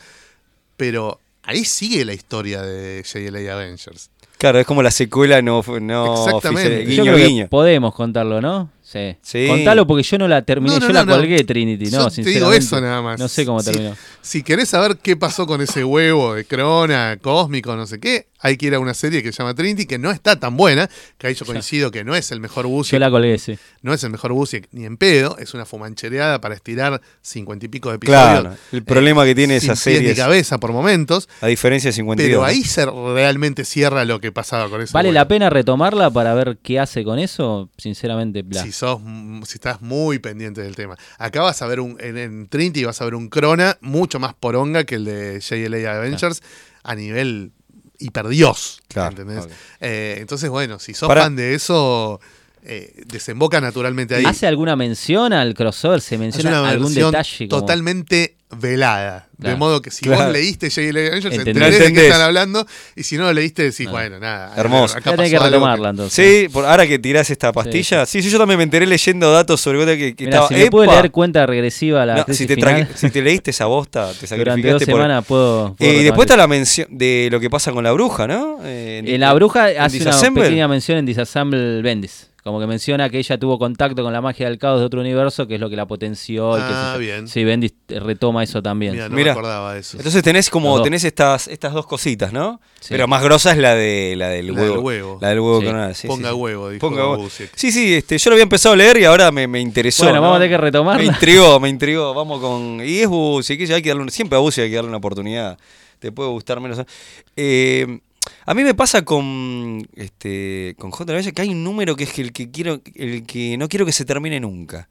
Speaker 3: Pero ahí sigue la historia de JLA Avengers.
Speaker 1: Claro, es como la secuela no... fue- no
Speaker 3: Exactamente.
Speaker 1: oficial.
Speaker 2: Yo
Speaker 1: guiño,
Speaker 2: creo que
Speaker 1: guiño.
Speaker 2: podemos contarlo, ¿no? Sí.
Speaker 1: Sí.
Speaker 2: Contalo porque yo no la terminé,
Speaker 3: No, no,
Speaker 2: yo
Speaker 3: no,
Speaker 2: la
Speaker 3: no.
Speaker 2: colgué Trinity, no,
Speaker 3: Yo te
Speaker 2: sinceramente.
Speaker 3: digo eso nada más.
Speaker 2: No sé cómo
Speaker 3: Sí.
Speaker 2: terminó.
Speaker 3: Si querés saber qué pasó con ese huevo de Crona, Cósmico, no sé qué, hay que ir a una serie que se llama Trinity, que no está tan buena, que ahí yo coincido que no es el mejor
Speaker 2: Yo
Speaker 3: Busiek,
Speaker 2: la colgué, sí.
Speaker 3: no es el mejor Busiek ni en pedo, es una fumanchereada para estirar cincuenta y pico de episodios.
Speaker 1: Claro, el problema que tiene
Speaker 3: sin
Speaker 1: esa
Speaker 3: pies ni
Speaker 1: serie,
Speaker 3: cabeza por momentos,
Speaker 1: a diferencia de 52.
Speaker 3: pero
Speaker 1: ¿no?
Speaker 3: ahí se realmente cierra lo que pasaba con eso.
Speaker 2: ¿Vale la pena retomarla para ver qué hace con eso? Sinceramente, bla.
Speaker 3: Si sos, m- si estás muy pendiente del tema. Acá vas a ver un, en, en Trinity vas a ver un Crona mucho más poronga que el de JLA Adventures a nivel hiperdios.
Speaker 1: Claro,
Speaker 3: ¿entendés?
Speaker 1: ok.
Speaker 3: Eh, entonces, bueno, si sos
Speaker 1: Pará.
Speaker 3: fan de eso, eh, desemboca naturalmente ahí.
Speaker 2: ¿Hace alguna mención al crossover? ¿Se
Speaker 3: Es
Speaker 2: menciona
Speaker 3: una
Speaker 2: algún
Speaker 3: versión
Speaker 2: detalle? como-
Speaker 3: totalmente velada.
Speaker 2: Claro.
Speaker 3: De modo que si
Speaker 1: Claro.
Speaker 3: vos leíste JLA Adventures,
Speaker 2: Entendés.
Speaker 3: entendés, de
Speaker 1: Entendés.
Speaker 3: qué están hablando. Y si no lo leíste, decís,
Speaker 2: Ah.
Speaker 3: bueno, nada.
Speaker 1: Hermoso.
Speaker 2: Voy a tener
Speaker 3: pasó
Speaker 2: que
Speaker 3: algo
Speaker 2: retomarla entonces.
Speaker 1: Sí, por, ahora que tirás esta pastilla. Sí, sí, yo también me enteré leyendo datos sobre otra que, que
Speaker 2: Mirá,
Speaker 1: estaba.
Speaker 2: si me puede
Speaker 1: ¡Epa!
Speaker 2: leer cuenta regresiva a la
Speaker 1: No, si,
Speaker 2: crisis
Speaker 1: te tra-
Speaker 2: final,
Speaker 1: si te leíste esa bosta, te
Speaker 2: durante dos
Speaker 1: sacrificaste por.
Speaker 2: semanas puedo...
Speaker 1: Eh, y
Speaker 2: puedo retomar
Speaker 1: después
Speaker 2: eso.
Speaker 1: está la mención de lo que pasa con la bruja, ¿no? Eh,
Speaker 2: En la bruja
Speaker 1: en
Speaker 2: hace una
Speaker 1: Disassemble.
Speaker 2: pequeña mención en Disassemble Bendis. Como que menciona que ella tuvo contacto con la magia del caos de otro universo, que es lo que la potenció. y qué sé
Speaker 3: Ah,
Speaker 2: yo.
Speaker 3: bien.
Speaker 2: Sí, Bendis eh, retoma eso también.
Speaker 3: Mira, no
Speaker 1: Mirá.
Speaker 3: me acordaba de eso.
Speaker 1: Entonces tenés
Speaker 2: Los
Speaker 1: como
Speaker 2: dos.
Speaker 1: tenés estas, estas dos cositas, ¿no?
Speaker 2: Sí.
Speaker 1: Pero más grosa es la de la del
Speaker 3: La
Speaker 1: huevo.
Speaker 3: del huevo.
Speaker 1: La del huevo
Speaker 2: Sí.
Speaker 1: coronal, sí,
Speaker 3: Ponga
Speaker 1: sí, sí.
Speaker 3: huevo, dijo
Speaker 1: Ponga huevo.
Speaker 3: Busiek.
Speaker 1: Sí, sí, este, yo lo había empezado a leer y ahora me, me interesó.
Speaker 2: Bueno,
Speaker 1: ¿no?
Speaker 2: vamos a tener que retomarla.
Speaker 1: Me intrigó, me intrigó. Vamos con. Y es Buzi, que ya hay que darle un- siempre a Buzi hay que darle una oportunidad. Te puede gustar menos. Eh, A mí me pasa con este con J. Lavenger que hay un número que es que el que quiero el que no quiero que se termine nunca.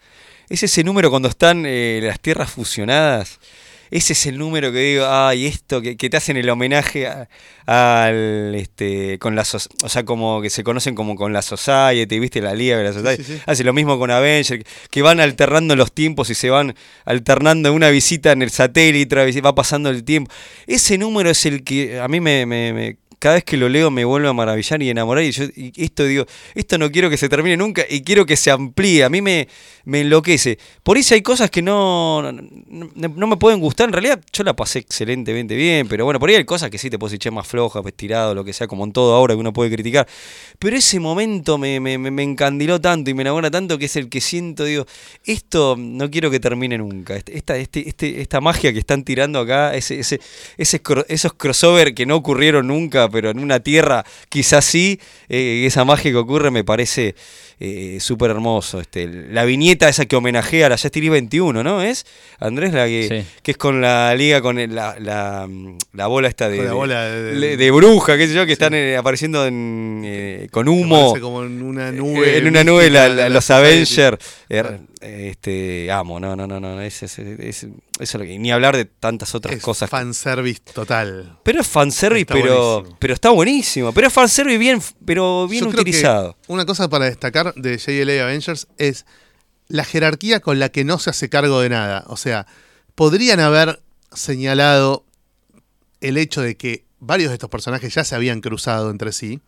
Speaker 1: Es ese número cuando están eh, las tierras fusionadas. Ese es el número que digo, ay, esto que, que te hacen el homenaje a- al este con la soc- o sea, como que se conocen como con la Society, ¿viste? La Liga de la Society.
Speaker 3: sí, sí.
Speaker 1: Hace lo mismo con Avenger, que- que van alternando los tiempos y se van alternando una visita en el satélite, otra visita, va pasando el tiempo. Ese número es el que a mí me, me- me- cada vez que lo leo me vuelve a maravillar y enamorar. Y yo y esto digo, esto no quiero que se termine nunca y quiero que se amplíe. A mí me, me enloquece. Por eso hay cosas que no, no, no me pueden gustar. En realidad yo la pasé excelentemente bien, pero bueno, por ahí hay cosas que sí te puedes echar más floja, pues, tirado, lo que sea, como en todo ahora que uno puede criticar. Pero ese momento me, me, me- me encandiló tanto y me enamora tanto que es el que siento, digo, esto no quiero que termine nunca. Este- Esta, este, este- esta magia que están tirando acá, ese, ese, ese cro- esos crossover que no ocurrieron nunca, pero en una tierra quizás sí, eh, esa magia que ocurre me parece eh, súper hermoso. Este, la viñeta esa que homenajea a la Justice League 21, ¿no? ¿Es? Andrés, la que,
Speaker 2: Sí.
Speaker 1: que es con la liga, con el- la, la, la bola esta de...
Speaker 3: Con la
Speaker 1: de-
Speaker 3: bola de-
Speaker 1: le- de bruja, qué sé yo, que están eh, apareciendo en, eh, con humo.
Speaker 3: Parece como en una nube.
Speaker 1: en una
Speaker 3: mística,
Speaker 1: nube, la-
Speaker 3: la-
Speaker 1: la-
Speaker 3: la
Speaker 1: los
Speaker 3: Society.
Speaker 1: Avengers. eh,
Speaker 3: Claro.
Speaker 1: este, amo, no, no, no, no. es- es- es- eso es lo que- ni hablar de tantas otras
Speaker 3: Es
Speaker 1: cosas.
Speaker 3: Fanservice total.
Speaker 1: pero es fanservice,
Speaker 3: Está
Speaker 1: pero,
Speaker 3: buenísimo.
Speaker 1: pero está buenísimo. Pero es fanservice bien, pero bien
Speaker 3: Yo creo que
Speaker 1: utilizado.
Speaker 3: Una cosa para destacar de JLA Avengers es la jerarquía con la que no se hace cargo de nada. O sea, podrían haber señalado el hecho de que varios de estos personajes ya se habían cruzado entre sí.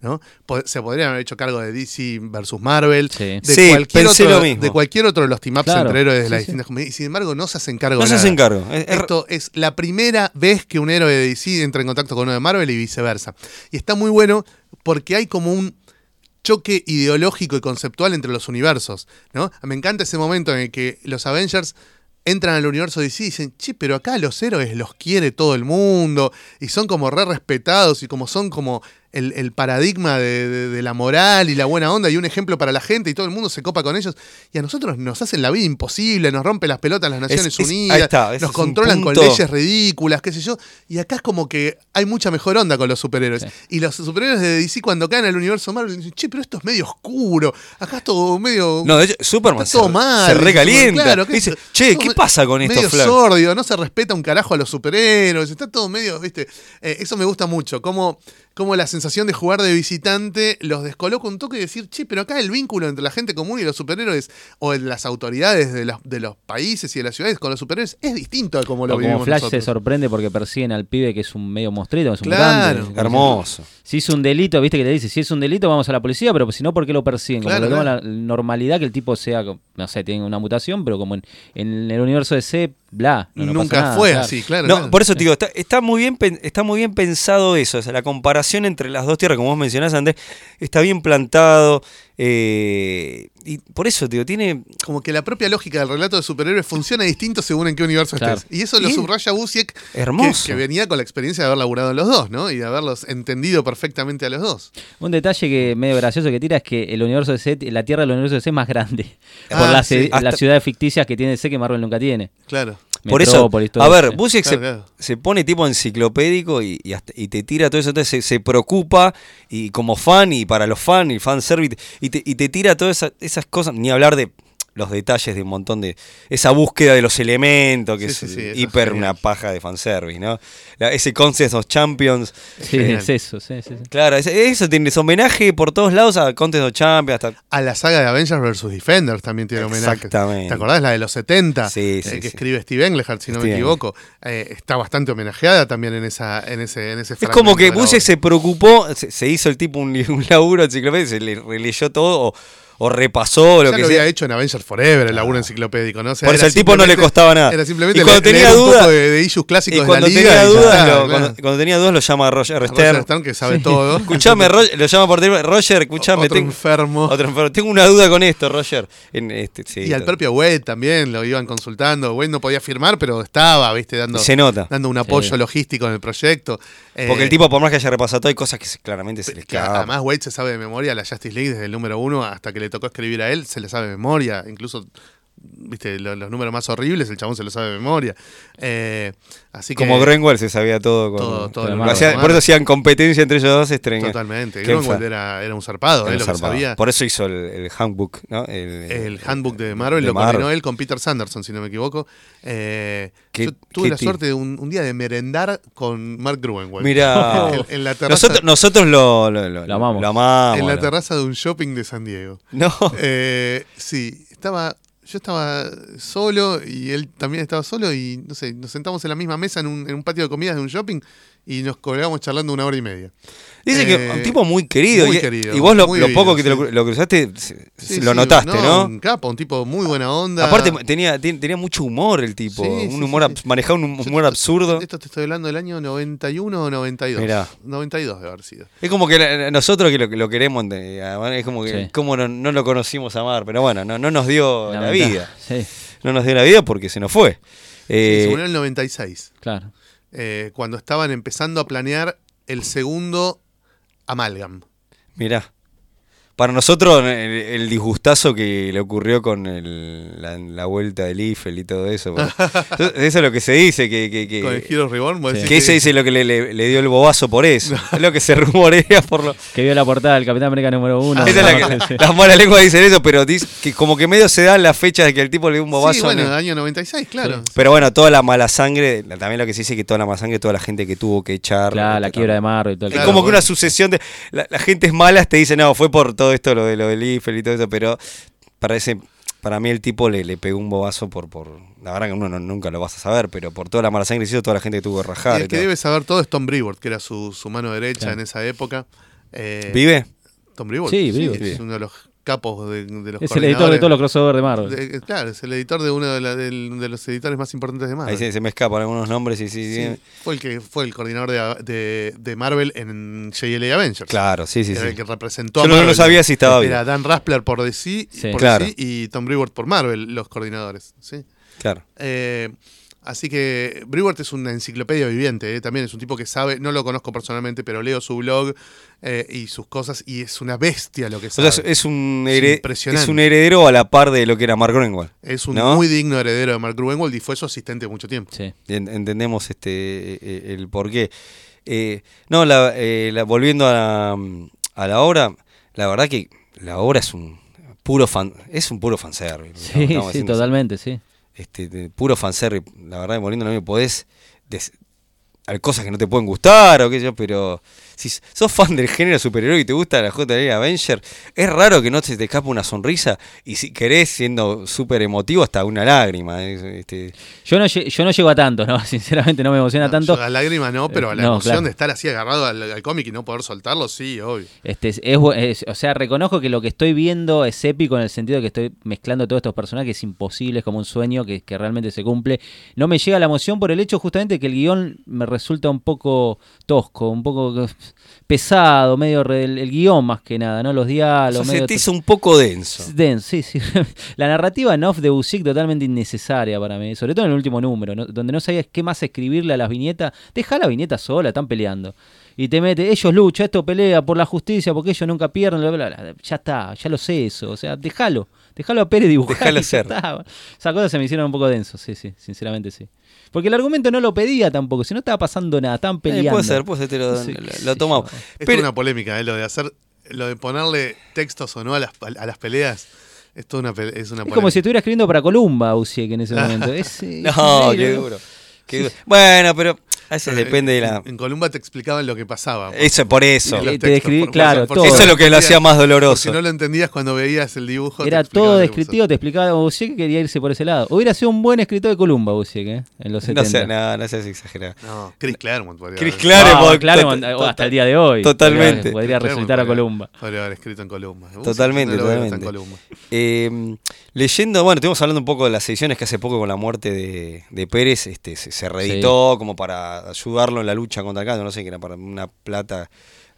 Speaker 3: ¿no? Po- Se podrían haber hecho cargo de DC versus Marvel,
Speaker 2: Sí.
Speaker 3: de,
Speaker 1: Sí,
Speaker 3: cualquier
Speaker 1: pensé
Speaker 3: otro,
Speaker 1: lo mismo.
Speaker 3: de cualquier otro de los team-ups
Speaker 2: Claro,
Speaker 3: entre héroes de
Speaker 2: sí,
Speaker 3: las
Speaker 2: sí.
Speaker 3: distintas comedias, y sin embargo no se hacen cargo
Speaker 1: No
Speaker 3: de
Speaker 1: se
Speaker 3: nada.
Speaker 1: hacen cargo. es- es-
Speaker 3: Esto es la primera vez que un héroe de DC entra en contacto con uno de Marvel y viceversa. Y está muy bueno porque hay como un choque ideológico y conceptual entre los universos, ¿no? Me encanta ese momento en el que los Avengers entran al universo DC y dicen, che, pero acá los héroes los quiere todo el mundo y son como re respetados y como son como el, el paradigma de, de- de la moral y la buena onda y un ejemplo para la gente y todo el mundo se copa con ellos y a nosotros nos hacen la vida imposible, nos rompen las pelotas las Naciones
Speaker 1: es- ahí
Speaker 3: Unidas,
Speaker 1: está, ese
Speaker 3: nos
Speaker 1: es un
Speaker 3: controlan con
Speaker 1: punto.
Speaker 3: leyes ridículas, qué sé yo. Y acá es como que hay mucha mejor onda con los superhéroes.
Speaker 2: Sí.
Speaker 3: Y los superhéroes de DC cuando caen al universo Marvel dicen, che, pero esto es medio oscuro, acá es todo medio...
Speaker 1: no, de hecho, Superman
Speaker 3: Está todo
Speaker 1: se,
Speaker 3: mal.
Speaker 1: se recalienta.
Speaker 3: Claro, ¿qué-
Speaker 1: dice, che, ¿qué
Speaker 3: todo
Speaker 1: pasa con esto,
Speaker 3: Medio
Speaker 1: Flash?
Speaker 3: sordio, no se respeta un carajo a los superhéroes, está todo medio, viste. Eh, eso me gusta mucho, como, como la sensación de jugar de visitante los descoloca un toque y decir, che, pero acá el vínculo entre la gente común y los superhéroes, o en las autoridades de, las- de los países y de las ciudades con los superhéroes, es distinto a como
Speaker 2: O
Speaker 3: lo
Speaker 2: como
Speaker 3: vivimos
Speaker 2: Flash se
Speaker 3: nosotros.
Speaker 2: sorprende porque persiguen al pibe que es un medio mostrito, que es un
Speaker 3: Claro.
Speaker 2: mutante.
Speaker 1: Hermoso.
Speaker 2: Si es un delito, viste que le dice, si es un delito vamos a la policía, pero si no, ¿por qué lo persiguen? Como
Speaker 3: Claro,
Speaker 2: lo toman
Speaker 3: claro.
Speaker 2: la normalidad que el tipo sea, no sé, tiene una mutación, pero como en, en el universo de C, bla. no, no pasa
Speaker 3: Nunca
Speaker 2: nada,
Speaker 3: fue
Speaker 2: claro.
Speaker 3: así, claro.
Speaker 1: No,
Speaker 3: claro.
Speaker 1: por eso te digo, está, está muy bien, pen- está muy bien pensado eso, o sea, la comparación entre las dos tierras, como vos mencionás, Andrés, está bien plantado. eh, y por eso, te digo, tiene.
Speaker 3: Como que la propia lógica del relato de superhéroes funciona distinto según en qué universo
Speaker 2: Claro.
Speaker 3: estés. Y eso lo
Speaker 1: Bien.
Speaker 3: subraya Busiek, que-
Speaker 1: Hermoso.
Speaker 3: Que, venía con la experiencia de haber laburado en los dos, ¿no? Y de haberlos entendido perfectamente a los dos.
Speaker 2: Un detalle que medio gracioso que tira es que el universo de C, la Tierra del universo de C es más grande.
Speaker 3: Ah,
Speaker 2: por las,
Speaker 3: sí.
Speaker 2: las
Speaker 1: Hasta-
Speaker 2: ciudades ficticias que tiene C que Marvel nunca tiene.
Speaker 3: Claro.
Speaker 1: Por eso,
Speaker 2: Metrópolis, todo
Speaker 1: a ver,
Speaker 2: eso.
Speaker 1: Busiek
Speaker 3: Claro,
Speaker 1: se,
Speaker 3: claro.
Speaker 1: se pone tipo enciclopédico y, y hasta- y te tira todo eso, entonces se, se preocupa y como fan y para los fans y fan service y te, y te tira todas esa- esas cosas, ni hablar de los detalles de un montón de esa búsqueda de los elementos que
Speaker 3: Sí,
Speaker 1: es
Speaker 3: sí, sí, eso es
Speaker 1: hiper
Speaker 3: genial.
Speaker 1: una paja de fanservice, ¿no? La- ese concept of champions,
Speaker 2: Sí,
Speaker 3: Genial.
Speaker 2: es eso, sí, sí, sí.
Speaker 1: Claro, es- eso tiene es homenaje por todos lados a Contest of Champions. Hasta...
Speaker 3: A la saga de Avengers vs. Defenders también tiene homenaje.
Speaker 1: Exactamente.
Speaker 3: ¿Te acordás? La de los 70,
Speaker 1: Sí,
Speaker 3: eh,
Speaker 1: sí,
Speaker 3: que
Speaker 1: sí.
Speaker 3: escribe Steve Englehart, si no
Speaker 1: Steve
Speaker 3: me equivoco. Eh, está bastante homenajeada también en, esa, en ese, en ese
Speaker 1: Es
Speaker 3: fragmento
Speaker 1: como que
Speaker 3: de la
Speaker 1: Busiek
Speaker 3: obra.
Speaker 1: se preocupó, se, se hizo el tipo un, li- un laburo enciclopedia, se le releyó todo o, o repasó o lo
Speaker 3: ya
Speaker 1: que
Speaker 3: lo
Speaker 1: sea.
Speaker 3: había hecho en Avengers Forever, el laburo enciclopédico, ¿no? O sea,
Speaker 1: Por eso
Speaker 3: era
Speaker 1: el tipo no le
Speaker 3: simplemente-
Speaker 1: costaba nada.
Speaker 3: Era simplemente
Speaker 1: y cuando
Speaker 3: le-
Speaker 1: tenía
Speaker 3: leer un
Speaker 1: dudas,
Speaker 3: poco de, de issues
Speaker 1: y
Speaker 3: clásicos de
Speaker 1: cuando
Speaker 3: la liga.
Speaker 1: tenía
Speaker 3: y ya
Speaker 1: dudas,
Speaker 3: está,
Speaker 1: lo-
Speaker 3: claro.
Speaker 1: cuando, cuando tenía dudas lo llama a Roger
Speaker 3: Roger
Speaker 1: Stern.
Speaker 3: Stern, que sabe todo.
Speaker 1: Escuchame, Roger- lo llama por teléfono. Roger, escuchame,
Speaker 3: Otro
Speaker 1: tengo,
Speaker 3: enfermo.
Speaker 1: otro enfermo. Tengo una duda con esto, Roger. En este, sí,
Speaker 3: y al
Speaker 1: todo.
Speaker 3: propio Wade también lo iban consultando. Wade no podía firmar, pero estaba, viste, dando,
Speaker 1: Se nota.
Speaker 3: dando un apoyo logístico en el proyecto. Eh,
Speaker 1: Porque el tipo, por más que haya repasado todo, hay cosas que se- claramente se le
Speaker 3: que
Speaker 1: escapan.
Speaker 3: además, Wade se sabe de memoria la Justice League desde el número uno hasta que le tocó escribir a él, se le sabe de memoria. Incluso viste, lo- los números más horribles, el chabón se lo sabe de memoria. Eh, así que.
Speaker 1: Como Grenwell se sabía todo. con-
Speaker 3: Todo- todo
Speaker 1: lo
Speaker 2: el Marvel.
Speaker 1: hacían- por eso hacían competencia entre ellos dos. este, estren-
Speaker 3: Totalmente.
Speaker 1: Qué
Speaker 3: Greenwald
Speaker 1: enfa-
Speaker 3: era, era un zarpado,
Speaker 1: era
Speaker 3: él lo que
Speaker 1: zarpado.
Speaker 3: sabía.
Speaker 1: Por eso hizo el, el handbook, ¿no? El,
Speaker 3: El handbook de Marvel
Speaker 1: de
Speaker 3: lo
Speaker 1: Marvel.
Speaker 3: coordinó él con Peter Sanderson, si no me equivoco. Eh,
Speaker 1: Qué-
Speaker 3: yo tuve
Speaker 1: qué
Speaker 3: la
Speaker 1: ti-
Speaker 3: suerte de un, un día de merendar con Mark Gruenwald.
Speaker 1: Mirá.
Speaker 3: pues. en, en la terraza,
Speaker 1: Nosotros, nosotros lo, lo, lo-
Speaker 2: Lo amamos.
Speaker 1: lo amamos,
Speaker 3: en la
Speaker 1: lo-
Speaker 3: terraza de un shopping de San Diego.
Speaker 1: No.
Speaker 3: Eh, sí, estaba. Yo estaba solo y él también estaba solo y no sé, nos sentamos en la misma mesa en un, en un patio de comidas de un shopping y nos colgamos charlando una hora y media.
Speaker 1: Dice que
Speaker 3: eh,
Speaker 1: un tipo muy querido.
Speaker 3: muy
Speaker 1: y,
Speaker 3: querido,
Speaker 1: y vos lo,
Speaker 3: muy
Speaker 1: lo poco
Speaker 3: vivido,
Speaker 1: que te lo,
Speaker 3: sí.
Speaker 1: lo cruzaste se-
Speaker 3: Sí,
Speaker 1: se- lo
Speaker 3: sí,
Speaker 1: notaste, ¿no?
Speaker 3: Un capo, un tipo muy buena onda.
Speaker 1: Aparte tenía, ten- tenía mucho humor el tipo.
Speaker 3: Sí,
Speaker 1: un
Speaker 3: sí,
Speaker 1: humor
Speaker 3: sí,
Speaker 1: abs-
Speaker 3: sí.
Speaker 1: manejaba un
Speaker 3: Yo
Speaker 1: humor
Speaker 3: te-
Speaker 1: absurdo.
Speaker 3: Esto te estoy hablando del año 91 o 92.
Speaker 1: Mirá.
Speaker 3: 92 debe haber sido.
Speaker 1: Es como que la- nosotros que lo, lo queremos, eh, además, es como que
Speaker 2: Sí.
Speaker 1: como no, no lo conocimos a Mar, pero bueno, no, no nos dio la,
Speaker 2: ventaja.
Speaker 1: vida.
Speaker 2: Sí,
Speaker 1: No nos dio la vida porque se nos fue. Eh,
Speaker 3: Se murió en el 96,
Speaker 2: claro.
Speaker 3: eh, cuando estaban empezando a planear el segundo Amalgam.
Speaker 1: mirá. Para nosotros, el, el disgustazo que le ocurrió con el- la, la vuelta del Eiffel y todo eso. pues. Eso eso es lo que se dice, que, que, que-
Speaker 3: Con el Giro Reborn, vos
Speaker 2: Sí.
Speaker 3: decís
Speaker 1: que ese dice lo que le, le- le dio el bobazo por eso. Es lo que se rumorea por lo...
Speaker 2: Que vio la portada del Capitán América número uno.
Speaker 1: Esa es la que-
Speaker 2: Sí.
Speaker 1: las malas lenguas dicen eso, pero dice que como que medio se da la fecha de que el tipo le dio un bobazo.
Speaker 3: Sí, bueno,
Speaker 1: en el-
Speaker 3: año 96, claro.
Speaker 1: Pero bueno, toda la mala sangre, la- también lo que se dice que toda la mala sangre, toda la gente que tuvo que echar.
Speaker 2: Claro, la
Speaker 1: este,
Speaker 2: quiebra de Marvel y todo el
Speaker 1: Es
Speaker 3: Claro,
Speaker 1: como que
Speaker 3: bueno.
Speaker 1: una sucesión de. La, la gente es mala, te dice, no, fue por todo esto, lo de lo del Eiffel y todo eso, pero parece. Para mí el tipo le, le pegó un bobazo por, por. La verdad que uno no- nunca lo vas a saber, pero por toda la mala sangre que hizo, toda la gente que tuvo que
Speaker 3: Y
Speaker 1: rajar. y
Speaker 3: el que
Speaker 1: todo.
Speaker 3: debe saber todo es Tom Brevoort, que era su, su mano derecha
Speaker 2: Claro.
Speaker 3: en esa época. Eh,
Speaker 1: ¿Vive?
Speaker 3: Tom Brevoort.
Speaker 2: Sí, Brevoort.
Speaker 3: Es
Speaker 1: Sí.
Speaker 3: uno de los capos de, de los
Speaker 2: Es el editor de
Speaker 3: coordinadores.
Speaker 2: todos los crossovers de Marvel.
Speaker 3: De- claro, es el editor de uno de, la- del- de los editores más importantes de Marvel.
Speaker 1: Ahí se, se me escapan algunos nombres y sí, sí.
Speaker 3: Sí, Fue el que fue el coordinador de, de- de Marvel en JLA Avengers.
Speaker 1: Claro, sí, sí,
Speaker 3: Era
Speaker 1: sí.
Speaker 3: el que representó
Speaker 1: Yo
Speaker 3: a
Speaker 1: no, no
Speaker 3: Marvel.
Speaker 1: sabía si estaba
Speaker 3: Era
Speaker 1: bien.
Speaker 3: Dan Raspler por DC,
Speaker 2: Sí.
Speaker 3: por
Speaker 1: Claro.
Speaker 3: DC y Tom Brevoort por Marvel, los coordinadores. ¿sí?
Speaker 1: Claro.
Speaker 3: Eh, así que Brevoort es una enciclopedia viviente, ¿eh? también es un tipo que sabe, no lo conozco personalmente, pero leo su blog eh, y sus cosas y es una bestia lo que
Speaker 1: O
Speaker 3: sabe.
Speaker 1: sea, es, es un
Speaker 3: Es
Speaker 1: here-
Speaker 3: impresionante.
Speaker 1: es un heredero a la par de lo que era Mark Greenwald.
Speaker 3: Es un
Speaker 1: ¿no?
Speaker 3: muy digno heredero de Mark Gruenwald y fue su asistente mucho tiempo.
Speaker 2: Sí.
Speaker 1: En- entendemos este eh, eh, el porqué. Eh, no, la, eh, la- volviendo a la, a la obra, la verdad que la obra es un puro fan, es un puro fanservice.
Speaker 2: Sí,
Speaker 1: estamos
Speaker 2: sí,
Speaker 1: diciendo,
Speaker 2: totalmente, sí.
Speaker 1: Este, de- puro fanservice, la verdad que volviendo no me podés des- hay cosas que no te pueden gustar o qué sé yo, pero si s- sos fan del género superhéroe y te gusta la JLA Avenger, es raro que no se te escape una sonrisa y si querés, siendo súper emotivo, hasta una lágrima. es- este,
Speaker 2: Yo no, lle- yo no llego a tanto, ¿no? Sinceramente no me emociona
Speaker 3: No,
Speaker 2: tanto.
Speaker 3: yo a la lágrima no, pero a la
Speaker 2: No,
Speaker 3: emoción
Speaker 2: claro.
Speaker 3: de estar así agarrado al, al cómic y no poder soltarlo, sí, obvio.
Speaker 2: Este, es, es bu- es- o sea, reconozco que lo que estoy viendo es épico en el sentido de que estoy mezclando todos estos personajes, es imposible, es como un sueño que, que realmente se cumple. No me llega la emoción por el hecho justamente que el guión me resulta un poco tosco, un poco pesado, medio re- el, el guión más que nada, ¿no? Los
Speaker 1: o sea,
Speaker 2: diálogos, medio
Speaker 1: se te hizo un poco denso.
Speaker 2: Es denso, sí, sí. La narrativa en off de Busiek totalmente innecesaria para mí, sobre todo en el último número, ¿no? donde no sabías qué más escribirle a las viñetas. Deja la viñeta sola, están peleando. Y te mete, ellos luchan, esto pelea por la justicia, porque ellos nunca pierden, bla, bla, bla. Ya está, ya lo sé eso. O sea, déjalo. Déjalo a Pérez dibujar.
Speaker 1: Déjalo
Speaker 2: y ya
Speaker 1: ser.
Speaker 2: está. Esas cosas se me hicieron un poco denso, sí, sí, sinceramente sí. Porque el argumento no lo pedía tampoco, si no estaba pasando nada, estaban
Speaker 1: Eh,
Speaker 2: peleando.
Speaker 1: puede ser, puede ser, te lo,
Speaker 2: No sé,
Speaker 1: lo-
Speaker 2: qué
Speaker 1: lo
Speaker 2: sé
Speaker 1: tomamos.
Speaker 2: yo.
Speaker 3: Es
Speaker 1: Pero-
Speaker 3: una polémica, ¿eh? lo de hacer, lo de ponerle textos o no a las, a las peleas, es toda una, pe- es una
Speaker 2: Es
Speaker 3: polémica.
Speaker 2: como si estuviera escribiendo para Columba, Busiek, en ese momento. Es, eh,
Speaker 1: Ah. No,
Speaker 2: es
Speaker 1: qué
Speaker 2: negro, ¿no?
Speaker 1: duro. qué duro. Bueno, pero a veces
Speaker 3: Eh,
Speaker 1: depende de la.
Speaker 3: En, en Columba te explicaban lo que pasaba.
Speaker 1: Eso, por eso.
Speaker 3: Y
Speaker 2: Te
Speaker 3: los textos,
Speaker 2: describí-
Speaker 3: por-
Speaker 2: claro,
Speaker 3: por-
Speaker 2: todo.
Speaker 1: Eso es lo que lo hacía más
Speaker 3: Por si
Speaker 1: doloroso.
Speaker 3: no lo entendías cuando veías el dibujo. te
Speaker 2: Era
Speaker 3: explicaban
Speaker 2: todo
Speaker 3: lo que
Speaker 2: descriptivo, te explicaba Busiek que quería irse por ese lado. Hubiera sido un buen escritor de Columba, Busiek, ¿eh? en los 70.
Speaker 1: No seas no, no seas exagerado.
Speaker 3: pasaba. No, Chris Claremont podría
Speaker 1: Chris
Speaker 3: haber-
Speaker 1: Claremont,
Speaker 2: Ah,
Speaker 1: Claremont,
Speaker 2: Claremont,
Speaker 1: total-
Speaker 2: eh, hasta el día de hoy.
Speaker 1: totalmente.
Speaker 2: Podría, podría
Speaker 3: Claremont
Speaker 2: resucitar a
Speaker 3: podría-
Speaker 2: Columba.
Speaker 3: Podría haber escrito en Columba. Uh, sí,
Speaker 1: Totalmente,
Speaker 3: no lo veo tan
Speaker 1: totalmente.
Speaker 3: Columba.
Speaker 1: Eh, leyendo, bueno, estuvimos hablando un poco de las ediciones que hace poco con la muerte de, de Pérez este, se, se reeditó como para ayudarlo en la lucha contra el cáncer, no sé, que era para una plata,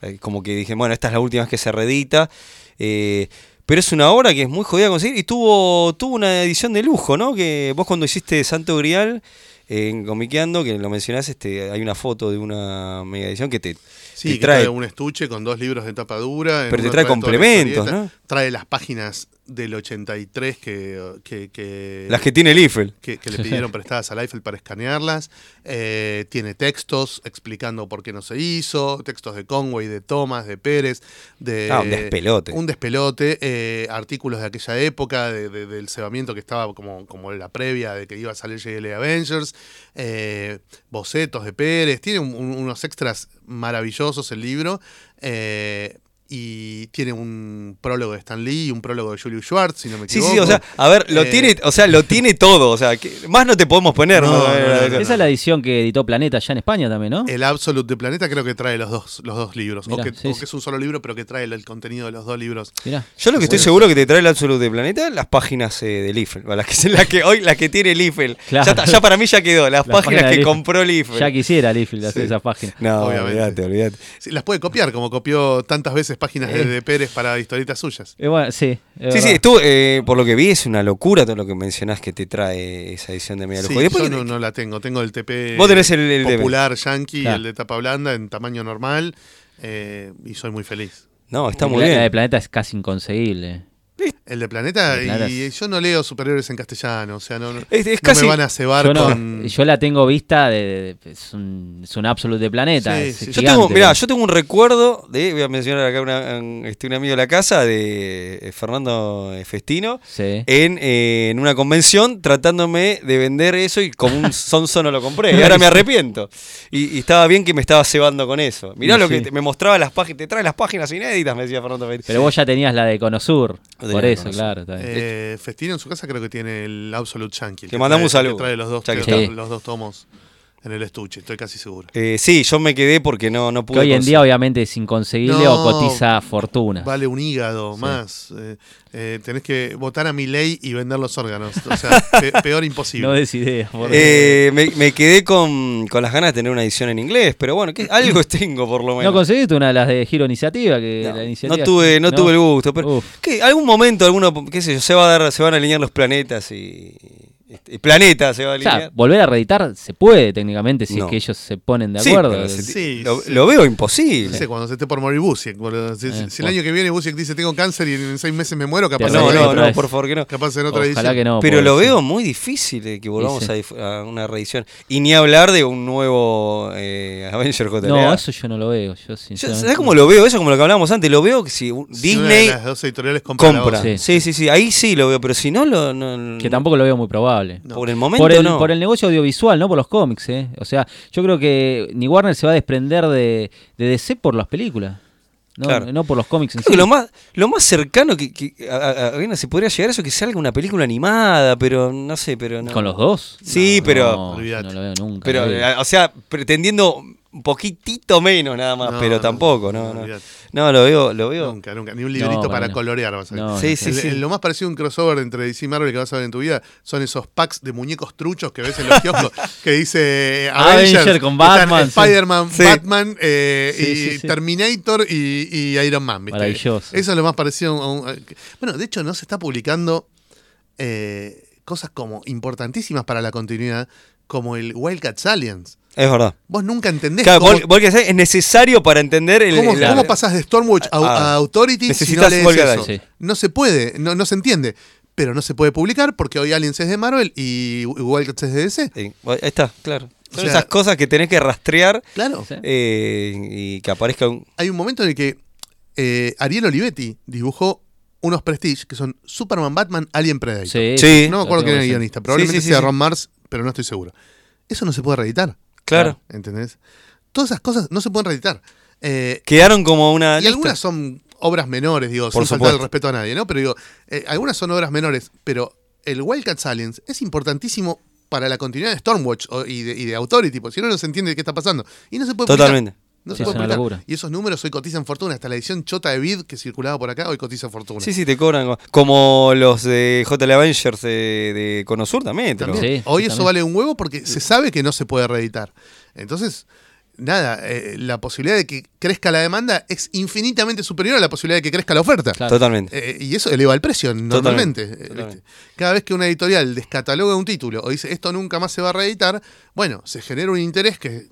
Speaker 1: eh, como que dije, bueno, esta es la última vez que se reedita, eh, pero es una obra que es muy jodida de conseguir y tuvo, tuvo una edición de lujo, ¿no? Que vos cuando hiciste Santo Grial eh, en Comiqueando, que lo mencionás, este, hay una foto de una mega edición que te,
Speaker 3: Sí,
Speaker 1: te
Speaker 3: que
Speaker 1: trae.
Speaker 3: trae, un estuche con dos libros de tapa dura. en
Speaker 1: Pero te
Speaker 3: uno
Speaker 1: trae
Speaker 3: todas las
Speaker 1: complementos,
Speaker 3: historietas,
Speaker 1: ¿no?
Speaker 3: Trae las páginas del 83 que, que, que,
Speaker 1: Las que tiene el Eiffel.
Speaker 3: que- que le pidieron prestadas a Eiffel para escanearlas. Eh, tiene textos explicando por qué no se hizo, textos de Conway, de Thomas, de Pérez. De,
Speaker 1: Ah, un despelote.
Speaker 3: Un despelote, eh, artículos de aquella época, de- de- del cebamiento que estaba como, como la previa de que iba a salir JL Avengers, eh, bocetos de Pérez, tiene un- un- unos extras maravillosos el libro. eh, y tiene un prólogo de Stan Lee y un prólogo de Julius Schwartz, si no me
Speaker 1: Sí,
Speaker 3: equivoco.
Speaker 1: sí, o sea, a ver, lo
Speaker 3: Eh,
Speaker 1: tiene, o sea, lo tiene todo, o sea, que- más no te podemos poner.
Speaker 3: No,
Speaker 1: ¿no?
Speaker 3: no, no, no.
Speaker 2: Esa es la edición que editó Planeta ya en España también, ¿no?
Speaker 3: El Absolute de Planeta creo que trae los dos, los dos libros.
Speaker 2: Mirá,
Speaker 3: o que,
Speaker 2: sí,
Speaker 3: o
Speaker 2: sí.
Speaker 3: que es un solo libro, pero que trae el, el contenido de los dos libros.
Speaker 2: Mirá.
Speaker 1: Yo lo que estoy
Speaker 3: Bueno.
Speaker 1: seguro que te trae el Absolute de Planeta, las páginas eh, del Eiffel, las que, las que hoy, las que tiene el Eiffel.
Speaker 2: Claro.
Speaker 1: Ya, está, ya para mí ya quedó, las,
Speaker 2: Las páginas
Speaker 1: páginas
Speaker 2: del
Speaker 1: que
Speaker 2: Eiffel.
Speaker 1: compró el Eiffel.
Speaker 2: Ya quisiera Liefeld hacer esa página.
Speaker 1: No,
Speaker 3: Obviamente.
Speaker 1: olvídate, olvídate.
Speaker 3: Sí, las puede copiar, como copió tantas veces páginas de,
Speaker 2: Eh.
Speaker 3: de Pérez para historietas suyas.
Speaker 2: Eh, bueno, sí.
Speaker 1: Sí,
Speaker 2: es
Speaker 1: sí,
Speaker 2: verdad.
Speaker 1: estuvo, eh, por lo que vi es una locura todo lo que mencionás que te trae esa edición de Mega
Speaker 3: Sí,
Speaker 1: Lujo. Y después
Speaker 3: yo no, no la tengo. Tengo el TP
Speaker 1: Vos tenés el- el de-
Speaker 3: popular yankee,
Speaker 2: Claro.
Speaker 3: el de tapa blanda en tamaño normal eh, y soy muy feliz.
Speaker 1: No, está
Speaker 2: La-
Speaker 1: muy
Speaker 2: La de
Speaker 1: bien.
Speaker 2: Planeta es casi inconseguible.
Speaker 3: El de Planeta,
Speaker 2: De Planeta
Speaker 3: y
Speaker 2: es-
Speaker 3: yo no leo superiores en castellano, o sea, no, no-
Speaker 1: Es- es
Speaker 3: no
Speaker 1: casi-
Speaker 3: me van a cebar
Speaker 2: Yo, no-
Speaker 3: con...
Speaker 2: yo la tengo vista de, de- es, un, es un absolute de Planeta.
Speaker 3: Sí,
Speaker 2: es
Speaker 3: sí, sí.
Speaker 1: Yo
Speaker 2: gigante.
Speaker 1: tengo, mirá, yo tengo un recuerdo de, voy a mencionar acá una- un, este, un amigo de la casa, de eh, Fernando eh, Festino,
Speaker 2: Sí.
Speaker 1: en, eh, en una convención tratándome de vender eso y como un sonso no lo compré. Y ahora me arrepiento. Y, y estaba bien que me estaba cebando con eso. Mirá
Speaker 2: Y
Speaker 1: lo
Speaker 2: sí.
Speaker 1: que te- me mostraba las páginas, te trae las páginas inéditas, me decía Fernando Festino.
Speaker 2: Pero vos ya tenías la de Conosur.
Speaker 1: Yo tenía
Speaker 2: Por
Speaker 1: la de
Speaker 2: eso,
Speaker 1: Conosur.
Speaker 2: claro. está bien.
Speaker 3: Eh, Festino en su casa creo que tiene el Absolute Yankee. el
Speaker 1: Te mandamos
Speaker 3: trae-
Speaker 1: un saludo.
Speaker 3: que trae los dos,
Speaker 1: Ya que
Speaker 3: creo que
Speaker 2: está.
Speaker 3: los dos tomos en el estuche, estoy casi seguro.
Speaker 1: Eh, sí, yo me quedé porque no, no
Speaker 2: que
Speaker 1: pude.
Speaker 2: hoy en
Speaker 1: conseguir.
Speaker 2: día, obviamente, es inconseguible
Speaker 3: No,
Speaker 2: o cotiza fortuna.
Speaker 3: Vale un hígado más. Eh, eh, tenés que votar a mi ley y vender los órganos. O sea, pe- peor imposible.
Speaker 2: No des idea. por-
Speaker 1: Eh, me, me quedé con, con las ganas de tener una edición en inglés, pero bueno, que, algo tengo por lo menos.
Speaker 2: No conseguiste una de las de Giro Iniciativa. Que
Speaker 1: No,
Speaker 2: la
Speaker 1: no
Speaker 2: iniciativa
Speaker 1: tuve, no, tuve el gusto, pero
Speaker 2: Uf.
Speaker 1: que algún momento, alguno, qué sé yo, se va a dar, se van a alinear los planetas y. este, planeta se va a
Speaker 2: O sea,
Speaker 1: alinear.
Speaker 2: volver a reeditar se puede técnicamente si
Speaker 1: No.
Speaker 2: es que ellos se ponen de
Speaker 1: Sí,
Speaker 2: acuerdo.
Speaker 1: pero se-
Speaker 3: Sí,
Speaker 1: lo,
Speaker 3: sí.
Speaker 1: lo veo imposible.
Speaker 3: No sé, cuando se esté por morir Busiek. boludo. Si, si-
Speaker 2: Eh,
Speaker 3: si el
Speaker 2: bueno.
Speaker 3: año que viene Busiek dice tengo cáncer y en seis meses me muero, capaz,
Speaker 2: Te
Speaker 3: en,
Speaker 1: no,
Speaker 2: arreglo
Speaker 1: no,
Speaker 2: otra
Speaker 1: no,
Speaker 2: vez.
Speaker 1: por favor que no.
Speaker 3: capaz en otra
Speaker 2: Ojalá
Speaker 3: edición.
Speaker 2: que no.
Speaker 1: Pero
Speaker 2: pobre,
Speaker 1: lo
Speaker 2: sí.
Speaker 1: veo muy difícil eh, que volvamos
Speaker 2: sí.
Speaker 1: a dif- a, una reedición. Y ni hablar de un nuevo eh, Avenger JLA.
Speaker 2: No, eso yo no lo veo. Yo,
Speaker 1: Yo,
Speaker 2: sinceramente,
Speaker 1: ¿Sabés cómo lo veo? Eso como lo que hablábamos antes. Lo veo que si un-
Speaker 3: Si una
Speaker 1: Disney
Speaker 3: de las dos editoriales compra. la
Speaker 1: compra.
Speaker 3: otra.
Speaker 2: Sí.
Speaker 1: Sí. sí, sí, Ahí sí lo veo, pero si no, lo, no- no-
Speaker 2: Que tampoco lo veo muy probable.
Speaker 3: No.
Speaker 1: por el momento
Speaker 2: Por el,
Speaker 1: no.
Speaker 2: por el negocio audiovisual, no por los cómics, ¿eh? O sea, yo creo que ni Warner se va a desprender de, de DC por las películas. No,
Speaker 1: Claro.
Speaker 2: no por los cómics en
Speaker 1: Creo que
Speaker 2: sí.
Speaker 1: lo más, lo más cercano que, que a- a- a- bueno, se podría llegar a eso es que salga una película animada, pero no sé, pero no.
Speaker 2: ¿Con los dos?
Speaker 1: Sí,
Speaker 2: No,
Speaker 1: pero-
Speaker 2: No,
Speaker 3: Olvídate.
Speaker 2: no lo veo nunca.
Speaker 1: pero,
Speaker 2: no lo veo.
Speaker 1: eh, o sea, pretendiendo un poquitito menos nada más,
Speaker 3: No,
Speaker 1: pero
Speaker 3: no,
Speaker 1: tampoco, no,
Speaker 3: no,
Speaker 1: no.
Speaker 3: olvidate.
Speaker 1: No, lo veo, lo veo.
Speaker 3: Nunca, nunca. Ni un librito
Speaker 2: No,
Speaker 3: para
Speaker 2: bueno.
Speaker 3: colorear vas a ver.
Speaker 2: No,
Speaker 1: sí,
Speaker 2: no
Speaker 1: sí,
Speaker 3: El-
Speaker 1: sí.
Speaker 3: el- lo más parecido a un crossover entre DC y Marvel que vas a ver en tu vida son esos packs de muñecos truchos que ves en los kioscos que dice eh,
Speaker 2: Avenger
Speaker 3: Avengers,
Speaker 2: con
Speaker 3: están
Speaker 2: Batman, sí.
Speaker 3: Spider-Man,
Speaker 1: Sí.
Speaker 3: Batman eh,
Speaker 2: Sí,
Speaker 3: y
Speaker 2: sí, sí.
Speaker 3: Terminator y, y Iron Man. ¿viste?
Speaker 2: Maravilloso.
Speaker 3: Eso es lo más parecido a un. a- que- Bueno, de hecho, no se está publicando eh, cosas como importantísimas para la continuidad, como el Wildcats Aliens.
Speaker 1: Es verdad.
Speaker 3: Vos nunca entendés
Speaker 1: Claro,
Speaker 3: cómo,
Speaker 1: vos- vos que sabés, es necesario para entender el.
Speaker 3: ¿Cómo,
Speaker 1: la-
Speaker 3: cómo pasás de Stormwatch a,
Speaker 1: Ah.
Speaker 3: a Authority si no
Speaker 1: Necesitas
Speaker 3: lees
Speaker 1: Volga
Speaker 3: eso?
Speaker 2: Dai, sí.
Speaker 3: No se puede, no, no se entiende. Pero no se puede publicar porque hoy Aliens es de Marvel y Wildcats es de DC.
Speaker 1: Sí, ahí está, claro. Son
Speaker 3: O sea-
Speaker 1: esas cosas que tenés que rastrear
Speaker 3: Claro.
Speaker 2: Sí.
Speaker 1: eh, y que aparezca un.
Speaker 3: Hay un momento en el que eh, Ariel Olivetti dibujó unos Prestige que son Superman, Batman, Alien Predator.
Speaker 2: Sí,
Speaker 1: Sí.
Speaker 3: No
Speaker 2: lo
Speaker 3: me
Speaker 2: tengo
Speaker 3: acuerdo quién era el
Speaker 2: presente.
Speaker 3: guionista. Probablemente
Speaker 1: sí,
Speaker 3: sea
Speaker 1: sí.
Speaker 3: Ron Mars, pero no estoy seguro. Eso no se puede reeditar,
Speaker 1: Claro.
Speaker 3: ¿entendés? Todas esas cosas no se pueden reeditar. Eh,
Speaker 1: Quedaron como
Speaker 2: Ah,
Speaker 1: una.
Speaker 3: Y
Speaker 1: lista.
Speaker 3: algunas son obras menores, digo,
Speaker 1: Por
Speaker 3: sin faltar el
Speaker 1: supuesto.
Speaker 3: respeto a nadie, ¿no? Pero digo, eh, algunas son obras menores, pero el Wildcats Aliens es importantísimo para la continuidad de Stormwatch o- y, de, y de Authority, porque si no, no se entiende qué está pasando. Y no se puede publicar.
Speaker 1: Totalmente.
Speaker 3: No se
Speaker 2: Sí, es
Speaker 3: puede
Speaker 2: una
Speaker 3: publicar.
Speaker 2: locura.
Speaker 3: Y esos números hoy cotizan fortuna. Hasta la edición chota de Vid que circulaba por acá hoy cotiza fortuna.
Speaker 1: Sí, sí, te cobran. co- Como los de JL Avengers de, de Conosur también. te lo-
Speaker 3: También.
Speaker 2: Sí, sí,
Speaker 3: hoy eso
Speaker 2: también.
Speaker 3: vale un huevo porque se sabe que no se puede reeditar. Entonces, nada, eh, la posibilidad de que crezca la demanda es infinitamente superior a la posibilidad de que crezca la oferta.
Speaker 2: Claro.
Speaker 1: Totalmente.
Speaker 3: Eh, y eso eleva el precio normalmente. Eh,
Speaker 1: totalmente.
Speaker 3: ¿viste? Cada vez que una editorial descataloga un título o dice esto nunca más se va a reeditar, bueno, se genera un interés que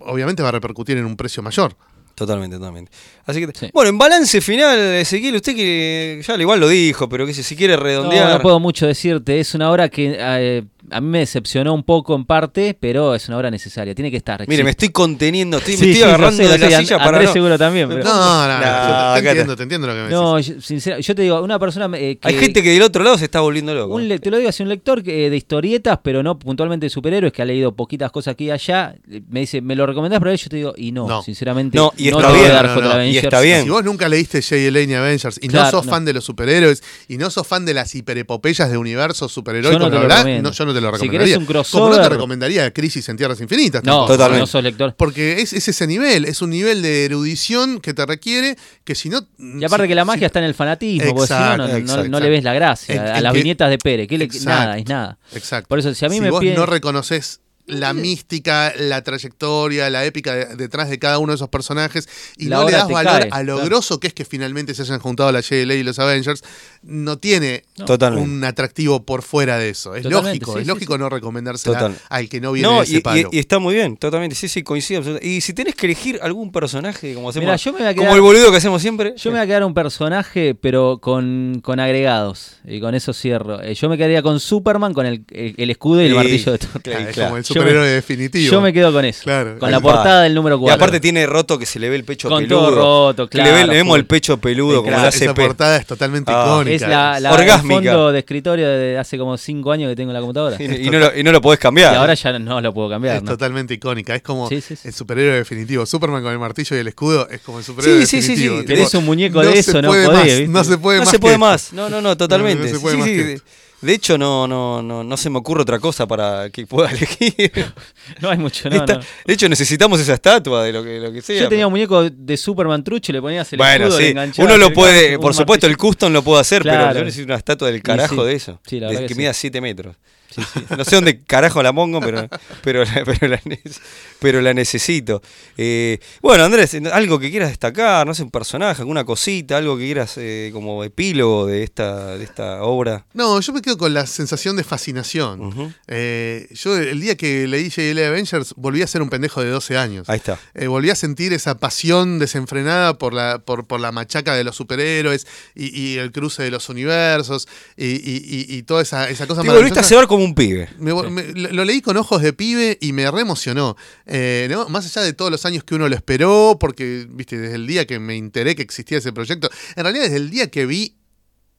Speaker 3: obviamente va a repercutir en un precio mayor.
Speaker 1: Totalmente, totalmente. Así que,
Speaker 2: Sí.
Speaker 1: bueno, en balance final, Ezequiel, usted que ya al igual lo dijo, pero que si, si quiere redondear.
Speaker 2: No, no puedo mucho decirte. Es una obra que eh, a mí me decepcionó un poco en parte, pero es una obra necesaria. Tiene que estar.
Speaker 1: Mire, me
Speaker 2: existe.
Speaker 1: estoy conteniendo, estoy, me
Speaker 2: Sí,
Speaker 1: estoy
Speaker 2: sí, lo
Speaker 1: agarrando
Speaker 2: sé, lo
Speaker 1: de
Speaker 2: sé,
Speaker 1: la
Speaker 2: And-
Speaker 1: silla para.
Speaker 2: Andrés
Speaker 1: no-
Speaker 2: seguro también. pero-
Speaker 3: No, no,
Speaker 1: No,
Speaker 3: no, yo te
Speaker 1: acá
Speaker 3: entiendo, te entiendo lo que me decís.
Speaker 2: No, yo- sincera- yo te digo, una persona eh, que...
Speaker 1: Hay gente que del otro lado se está volviendo loco.
Speaker 2: Un le- te lo digo así, un lector que- eh, de historietas, pero no puntualmente de superhéroes, que ha leído poquitas cosas aquí y allá, eh, me dice, ¿me lo recomendás para él? Yo te digo, y no,
Speaker 3: No.
Speaker 2: sinceramente,
Speaker 1: No, y está
Speaker 2: te voy a
Speaker 1: bien,
Speaker 2: dar
Speaker 3: no,
Speaker 2: J.
Speaker 3: no, y
Speaker 2: Avengers.
Speaker 1: está bien.
Speaker 3: Si vos nunca leíste JLA ni Avengers y no
Speaker 2: Claro,
Speaker 3: sos
Speaker 2: no.
Speaker 3: fan de los superhéroes y no sos fan de las hiperepopeyas de universos
Speaker 2: Yo
Speaker 3: superheroicos,
Speaker 2: no te
Speaker 3: bla,
Speaker 2: lo
Speaker 3: bla, bla,
Speaker 2: recomiendo.
Speaker 3: no, yo no te lo
Speaker 2: Si querés
Speaker 3: recomendaría.
Speaker 2: un
Speaker 3: Como no te
Speaker 2: crossover-
Speaker 3: recomendaría Crisis en Tierras Infinitas.
Speaker 2: No,
Speaker 3: tampoco.
Speaker 1: Totalmente.
Speaker 2: no sos lector.
Speaker 3: Porque es, es ese nivel, es un nivel de erudición que te requiere que si no.
Speaker 2: Y aparte que la magia está en el fanatismo, porque si no, no,
Speaker 3: Mm, Exacto,
Speaker 2: no-
Speaker 3: exacto,
Speaker 2: no le
Speaker 3: exacto.
Speaker 2: ves la gracia
Speaker 3: En-
Speaker 2: a,
Speaker 3: en
Speaker 2: las
Speaker 3: que-
Speaker 2: viñetas de Pérez, que le-
Speaker 3: Exacto.
Speaker 2: nada, es nada.
Speaker 3: Exacto.
Speaker 2: Por eso, si a mí me
Speaker 3: vos
Speaker 2: piden-
Speaker 3: no reconoces la mística, la trayectoria, la épica de- detrás de cada uno de esos personajes y
Speaker 2: La
Speaker 3: no le
Speaker 2: obra
Speaker 3: das
Speaker 2: te
Speaker 3: valor
Speaker 2: cae,
Speaker 3: a lo
Speaker 2: claro.
Speaker 3: grosso que es que finalmente se hayan juntado la JLA y los Avengers, no tiene
Speaker 1: Totalmente.
Speaker 3: un atractivo por fuera de eso. Es
Speaker 2: Totalmente,
Speaker 3: lógico,
Speaker 2: sí,
Speaker 3: es
Speaker 2: sí,
Speaker 3: lógico no recomendársela
Speaker 1: Total.
Speaker 3: al que no viene
Speaker 1: No,
Speaker 3: de
Speaker 1: y,
Speaker 3: ese
Speaker 1: y-
Speaker 3: palo.
Speaker 1: y está muy bien, totalmente. Sí, sí, coincido. absolutamente. Y si tenés que elegir algún personaje, como hacemos.
Speaker 2: Mirá, yo me voy a
Speaker 1: como
Speaker 2: quedar-
Speaker 1: el boludo que hacemos siempre.
Speaker 2: Yo me voy a quedar un personaje, pero con, con agregados. Y con eso cierro. Eh, yo me quedaría con Superman, con el, el- el escudo y el
Speaker 1: Sí,
Speaker 2: martillo de Thor.
Speaker 1: claro,
Speaker 3: Ah, es
Speaker 1: claro.
Speaker 3: como el
Speaker 2: Yo
Speaker 3: superhéroe
Speaker 2: me-
Speaker 3: definitivo.
Speaker 2: Yo me quedo con eso.
Speaker 3: Claro,
Speaker 2: con
Speaker 1: eh,
Speaker 2: la
Speaker 1: ahí va.
Speaker 2: portada del número
Speaker 1: Y
Speaker 2: 4.
Speaker 1: aparte tiene roto que se le ve el pecho
Speaker 2: Con
Speaker 1: peludo.
Speaker 2: todo roto,
Speaker 1: Que le, ve-
Speaker 2: claro,
Speaker 1: le vemos
Speaker 2: full.
Speaker 1: el pecho peludo,
Speaker 2: Sí,
Speaker 1: como
Speaker 2: claro.
Speaker 1: la
Speaker 3: Esa
Speaker 1: CP.
Speaker 3: portada es totalmente
Speaker 1: Ah.
Speaker 3: icónica.
Speaker 2: es la, la-
Speaker 1: Orgásmica.
Speaker 2: el fondo de escritorio de hace como 5 años que tengo en la computadora.
Speaker 1: Y, y no lo, y no lo podés
Speaker 2: Y
Speaker 1: cambiar.
Speaker 2: ahora ya no lo puedo
Speaker 3: Es
Speaker 2: cambiar. ¿no?
Speaker 3: totalmente icónica. Es como
Speaker 2: Sí, sí, sí.
Speaker 3: el superhéroe definitivo. Superman con el martillo y el escudo es como el
Speaker 1: Sí, sí,
Speaker 3: superhéroe
Speaker 1: sí, sí.
Speaker 3: definitivo. Tipo,
Speaker 2: Tenés un muñeco de
Speaker 3: se
Speaker 2: eso, no
Speaker 3: puede
Speaker 2: podés,
Speaker 3: más,
Speaker 2: ¿viste?
Speaker 3: No se puede
Speaker 1: no
Speaker 3: más.
Speaker 1: se puede
Speaker 3: que-
Speaker 1: más. No, no, no, totalmente.
Speaker 3: No, no se
Speaker 1: Sí,
Speaker 3: puede
Speaker 1: sí,
Speaker 3: más
Speaker 1: sí.
Speaker 3: que
Speaker 1: De,
Speaker 3: esto.
Speaker 1: de hecho, no, no, no, no se me ocurre otra cosa para que pueda elegir.
Speaker 2: No hay mucho, no,
Speaker 1: Esta-
Speaker 2: no.
Speaker 1: De hecho, necesitamos esa estatua de lo que, lo que sea.
Speaker 2: Yo tenía un muñeco de Superman trucho y le ponías el
Speaker 1: bueno,
Speaker 2: escudo, le
Speaker 1: sí.
Speaker 2: enganchabas
Speaker 1: Uno lo
Speaker 2: el-
Speaker 1: puede,
Speaker 2: un
Speaker 1: por supuesto, el
Speaker 2: martillo.
Speaker 1: custom lo puedo hacer,
Speaker 2: Claro.
Speaker 1: pero yo necesito una estatua del carajo
Speaker 2: sí.
Speaker 1: de eso.
Speaker 2: Sí, la
Speaker 1: de-
Speaker 2: verdad
Speaker 1: que,
Speaker 2: que sí.
Speaker 1: mida 7 metros. No sé dónde carajo la pongo, pero, pero, la, pero, la, nece- pero la necesito. Eh, bueno, Andrés, algo que quieras destacar, no sé, un personaje, alguna cosita, algo que quieras eh, como epílogo de esta, de esta obra.
Speaker 3: No, yo me quedo con la sensación de fascinación.
Speaker 1: Ujú.
Speaker 3: Eh, yo el día que leí J.L. Avengers volví a ser un pendejo de 12 años.
Speaker 1: Ahí está.
Speaker 3: Eh, volví a sentir esa pasión desenfrenada por la, por, por la machaca de los superhéroes y, y el cruce de los universos y, y- y- y toda esa, esa cosa
Speaker 1: Te volviste a
Speaker 3: maravillosa.
Speaker 1: cebar como un pibe.
Speaker 3: Me vo- me- lo, lo leí con ojos de pibe y me reemocionó. Eh, ¿no? Más allá de todos los años que uno lo esperó, porque, viste, desde el día que me enteré que existía ese proyecto, en realidad desde el día que vi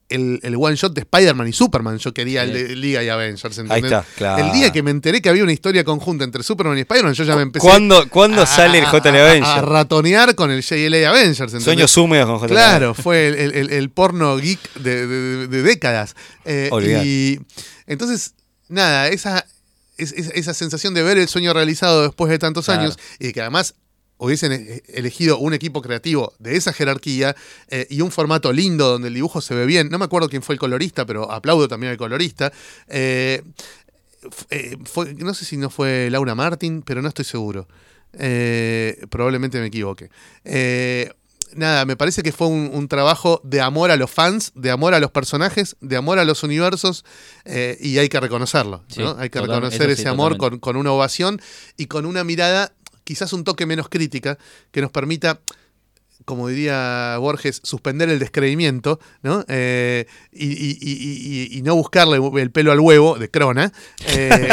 Speaker 3: el, el one shot de Spider-Man y Superman, yo quería el de Liga y Avengers,
Speaker 1: Ahí
Speaker 3: ¿entendés?
Speaker 1: está, claro.
Speaker 3: El día que me enteré que había una historia conjunta entre Superman y Spider-Man, yo ya me empecé
Speaker 1: ¿Cuándo, cuándo
Speaker 3: a-
Speaker 1: sale el
Speaker 3: a-
Speaker 1: JL
Speaker 3: a-
Speaker 1: Avenger?
Speaker 3: A, ratonear con el JLA Avengers, ¿entendés?
Speaker 1: Sueños húmedos con JL
Speaker 3: Claro, fue el, el- el- el porno geek de, de- de décadas. Eh,
Speaker 1: Olvidate.
Speaker 3: y entonces, nada, esa, es- es- esa sensación de ver el sueño realizado después de tantos
Speaker 2: Claro.
Speaker 3: años y de que además hubiesen e- elegido un equipo creativo de esa jerarquía eh, y un formato lindo donde el dibujo se ve bien. No me acuerdo quién fue el colorista, pero aplaudo también al colorista. Eh, f- eh, fue- no sé si no fue Laura Martin, pero no estoy seguro. Eh, probablemente me equivoque. Eh, nada, me parece que fue un, un trabajo de amor a los fans, de amor a los personajes, de amor a los universos, eh, y hay que reconocerlo.
Speaker 2: Sí,
Speaker 3: ¿no? Hay que
Speaker 2: total-
Speaker 3: reconocer
Speaker 2: eso sí,
Speaker 3: ese amor
Speaker 2: totalmente.
Speaker 3: con, con una ovación y con una mirada quizás un toque menos crítica que nos permita como diría Borges, suspender el descreimiento, ¿no? Eh, y, y- y- y- y no buscarle el pelo al huevo de Crona, eh,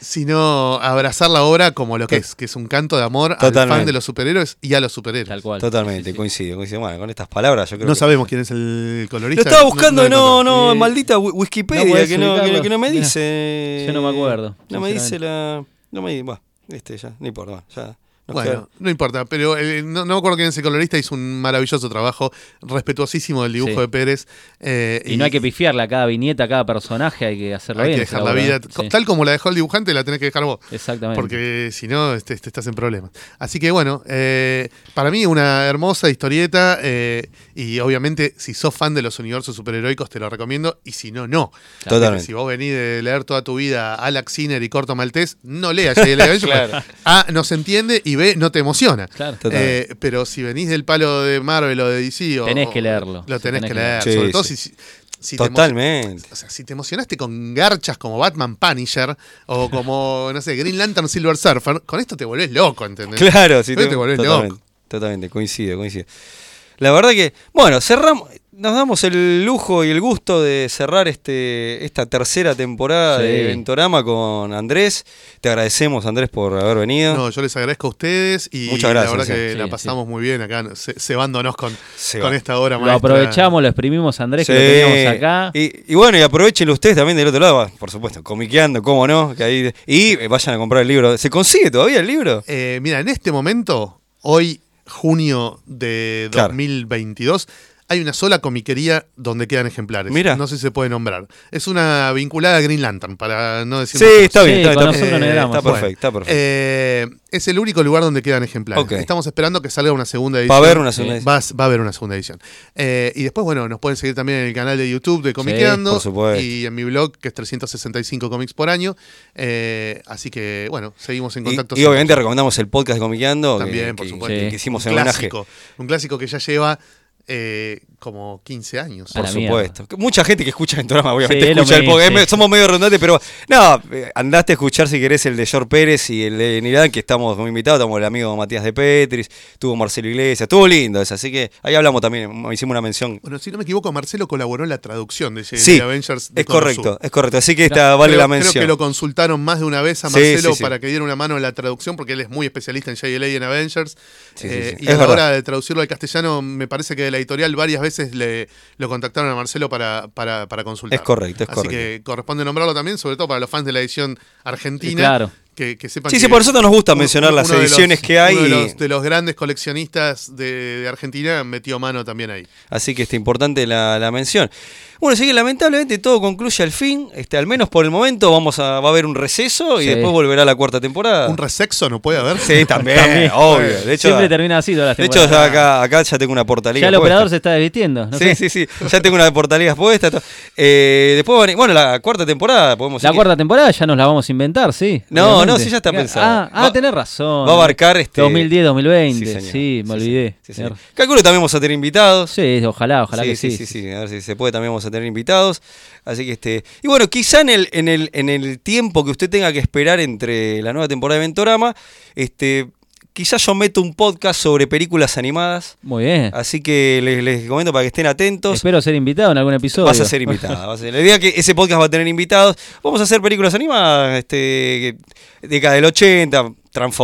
Speaker 3: sino abrazar la obra como lo que es, que es un canto de amor al fan
Speaker 1: Totalmente.
Speaker 3: de los superhéroes y a los
Speaker 2: Tal
Speaker 3: superhéroes.
Speaker 2: cual.
Speaker 1: Totalmente,
Speaker 2: Sí, sí.
Speaker 1: coincido, coincido. Bueno, con estas palabras yo creo
Speaker 3: No
Speaker 1: que-
Speaker 3: sabemos quién es el colorista.
Speaker 1: Lo estaba buscando, y no,
Speaker 3: encontramos.
Speaker 1: no,
Speaker 2: Eh,
Speaker 1: maldita wi-
Speaker 2: no
Speaker 1: Wikipedia
Speaker 2: podés
Speaker 1: que, no, que,
Speaker 2: ubicarlo.
Speaker 1: que no me
Speaker 2: Mirá,
Speaker 1: dice.
Speaker 2: yo no me acuerdo,
Speaker 1: No me dice la. No me dice. Bueno, este ya, no importa, bueno, ya. nos
Speaker 3: Bueno,
Speaker 1: quedaron.
Speaker 3: no importa, pero eh, no, no me acuerdo quién es el colorista, hizo un maravilloso trabajo, respetuosísimo del dibujo
Speaker 2: Sí.
Speaker 3: de Pérez. eh,
Speaker 2: Y no hay que pifiarla, cada viñeta, cada personaje hay que hacerlo
Speaker 3: hay
Speaker 2: bien.
Speaker 3: que
Speaker 2: esa
Speaker 3: dejar la
Speaker 2: obra,
Speaker 3: vida,
Speaker 2: ¿eh? Sí,
Speaker 3: tal como la dejó el dibujante, la tenés que dejar vos.
Speaker 2: Exactamente.
Speaker 3: Porque si no, este, este, estás en problemas. Así que bueno, eh, para mí una hermosa historieta. eh, y obviamente, si sos fan de los universos superheroicos, te lo recomiendo. Y si no, no. Pero
Speaker 1: Totalmente.
Speaker 3: Si vos venís de leer toda tu vida a Alex Sinner y Corto Maltés, no leas J.L. Avengers,
Speaker 1: Claro.
Speaker 3: porque A no se entiende y B no te emociona.
Speaker 2: Claro.
Speaker 1: Total.
Speaker 3: Eh, pero si venís del palo de Marvel o de DC o-
Speaker 2: Tenés que
Speaker 3: o-
Speaker 2: leerlo.
Speaker 3: Lo
Speaker 2: Sí,
Speaker 3: tenés, que leer.
Speaker 1: leerlo.
Speaker 3: Sobre
Speaker 1: Sí,
Speaker 3: todo
Speaker 1: sí.
Speaker 3: si, si- si te emo-
Speaker 1: Totalmente.
Speaker 3: o sea, si te emocionaste con garchas como Batman Punisher o como, no sé, Green Lantern Silver Surfer, con esto te volvés loco, ¿entendés?
Speaker 1: Claro, sí,
Speaker 3: Pero te volvés
Speaker 1: totalmente,
Speaker 3: loco.
Speaker 1: totalmente, coincido, coincido. La verdad que, bueno, cerramos, nos damos el lujo y el gusto de cerrar este, esta tercera temporada
Speaker 2: Sí.
Speaker 1: de Ventorama con Andrés. Te agradecemos, Andrés, por haber venido.
Speaker 3: No, yo les agradezco a ustedes y
Speaker 1: Muchas gracias,
Speaker 3: la verdad
Speaker 1: sí,
Speaker 3: que
Speaker 2: sí,
Speaker 3: la
Speaker 2: sí.
Speaker 3: pasamos muy bien acá, ce- cebándonos con,
Speaker 1: Se
Speaker 3: con
Speaker 1: va.
Speaker 3: esta obra
Speaker 2: Lo
Speaker 3: maestra.
Speaker 2: aprovechamos, lo exprimimos, Andrés, que
Speaker 1: Sí.
Speaker 2: lo teníamos acá.
Speaker 1: Y, y bueno, y aprovechenlo ustedes también del otro lado, por supuesto, comiqueando, cómo no. que ahí- y eh, vayan a comprar el libro. ¿Se consigue todavía el libro?
Speaker 3: Eh, mira, en este momento, hoy, junio de
Speaker 1: Claro.
Speaker 3: 2022, hay una sola comiquería donde quedan ejemplares.
Speaker 1: Mira.
Speaker 3: No sé si se puede nombrar. Es una vinculada a Green Lantern, para no decir
Speaker 1: Sí,
Speaker 3: mucho más.
Speaker 1: está bien,
Speaker 2: Sí,
Speaker 1: está,
Speaker 2: con
Speaker 1: está-
Speaker 2: nosotros
Speaker 1: eh,
Speaker 2: no le damos.
Speaker 1: está perfecto, está perfecto.
Speaker 3: Eh, es el único lugar donde quedan ejemplares.
Speaker 1: Ok.
Speaker 3: Estamos esperando que salga una segunda
Speaker 1: Va
Speaker 3: edición.
Speaker 1: a haber una segunda
Speaker 2: Sí.
Speaker 1: edición.
Speaker 3: Eh, Va, a- va a haber una segunda edición. Eh, y después, bueno, nos pueden seguir también en el canal de YouTube de Comiqueando.
Speaker 1: por supuesto.
Speaker 3: Y en mi blog, que es 365 cómics por año. Eh, así que, bueno, seguimos en
Speaker 1: Y-
Speaker 3: contacto.
Speaker 1: Y,
Speaker 3: siempre.
Speaker 1: obviamente recomendamos el podcast de Comiqueando. que-
Speaker 3: También, por
Speaker 1: que-
Speaker 3: supuesto.
Speaker 1: que- que hicimos
Speaker 3: un
Speaker 1: en homenaje.
Speaker 3: clásico, un clásico que ya lleva eh, como 15 años.
Speaker 2: A
Speaker 1: Por
Speaker 2: la
Speaker 1: supuesto. Que Mucha gente que escucha Ventorama, obviamente,
Speaker 2: Sí, es lo
Speaker 1: escucha el
Speaker 2: mismo,
Speaker 1: podcast.
Speaker 2: sí.
Speaker 1: Somos medio redundantes, pero no, eh, andaste a escuchar si querés el de George Pérez y el de Nirán, que estamos como invitados, estamos el amigo Matías de Petris, tuvo Marcelo Iglesias, estuvo lindo ese, así que ahí hablamos también, hicimos una mención.
Speaker 3: Bueno, si no me equivoco, Marcelo colaboró en la traducción de, Jedi
Speaker 1: Sí,
Speaker 3: Avengers. de
Speaker 1: Es
Speaker 3: Cono
Speaker 1: correcto,
Speaker 3: Sur.
Speaker 1: es correcto, así que esta Ah, vale
Speaker 3: Creo-
Speaker 1: la mención.
Speaker 3: Creo que lo consultaron más de una vez a
Speaker 1: Sí,
Speaker 3: Marcelo
Speaker 1: sí, sí.
Speaker 3: para que diera una mano en la traducción, porque él es muy especialista en JLA y en Avengers.
Speaker 1: Sí, sí,
Speaker 3: Eh,
Speaker 1: sí.
Speaker 3: Y
Speaker 1: Es
Speaker 3: a la
Speaker 1: verdad.
Speaker 3: hora de traducirlo al castellano, me parece que de la editorial varias veces le, lo contactaron a Marcelo para, para, para consultar.
Speaker 1: Es correcto, es
Speaker 3: Así
Speaker 1: correcto.
Speaker 3: que corresponde nombrarlo también, sobre todo para los fans de la edición
Speaker 2: Y
Speaker 3: argentina.
Speaker 2: claro.
Speaker 3: Que, que sepan
Speaker 1: Sí,
Speaker 3: que
Speaker 1: sí, por nosotros nos gusta
Speaker 3: un-
Speaker 1: mencionar las
Speaker 3: uno de los-
Speaker 1: ediciones que hay.
Speaker 3: Uno de
Speaker 1: y-
Speaker 3: los, de los grandes coleccionistas de, de Argentina metió mano también ahí.
Speaker 1: Así que está importante la, la mención. Bueno, así que lamentablemente todo concluye al fin. Este, al menos por el momento vamos a, va a haber un receso y
Speaker 2: Sí.
Speaker 1: después volverá la cuarta temporada.
Speaker 3: ¿Un resexo no puede haber?
Speaker 1: Ah. sí, también, obvio. De hecho,
Speaker 2: Siempre termina así todas las
Speaker 1: de hecho
Speaker 2: temporadas.
Speaker 1: ya acá, acá ya tengo una portalía.
Speaker 2: Ya el operador se está desvistiendo. No
Speaker 1: Sí, sí,
Speaker 2: sé.
Speaker 1: sí. Ya tengo una portalía puesta. to- Eh, después, van- bueno, la cuarta temporada podemos
Speaker 2: La
Speaker 1: seguir.
Speaker 2: cuarta temporada ya nos la vamos a inventar, sí.
Speaker 1: No,
Speaker 2: obviamente.
Speaker 1: no, sí, ya está pensada.
Speaker 2: Ah, ah,
Speaker 1: Va-
Speaker 2: tenés razón.
Speaker 1: va a abarcar este-
Speaker 2: 2010, 2020.
Speaker 1: Sí,
Speaker 2: Sí,
Speaker 1: señor.
Speaker 2: me
Speaker 1: Sí,
Speaker 2: olvidé.
Speaker 1: sí,
Speaker 2: señor.
Speaker 1: señor. Calculo que también vamos a tener invitados.
Speaker 2: Sí, ojalá, ojalá que sí.
Speaker 1: sí, sí. A ver si se puede, también vamos a tener invitados. Así que este. Y bueno, quizá en el, en el, en el tiempo que usted tenga que esperar entre la nueva temporada de Ventorama, este. Quizá yo meto un podcast sobre películas animadas.
Speaker 2: Muy bien.
Speaker 1: Así que les, les comento para que estén atentos.
Speaker 2: Espero ser invitado en algún episodio.
Speaker 1: Vas a ser invitada. vas a ser- La idea es que ese podcast va a tener invitados. Vamos a hacer películas animadas, este, que- década del 80,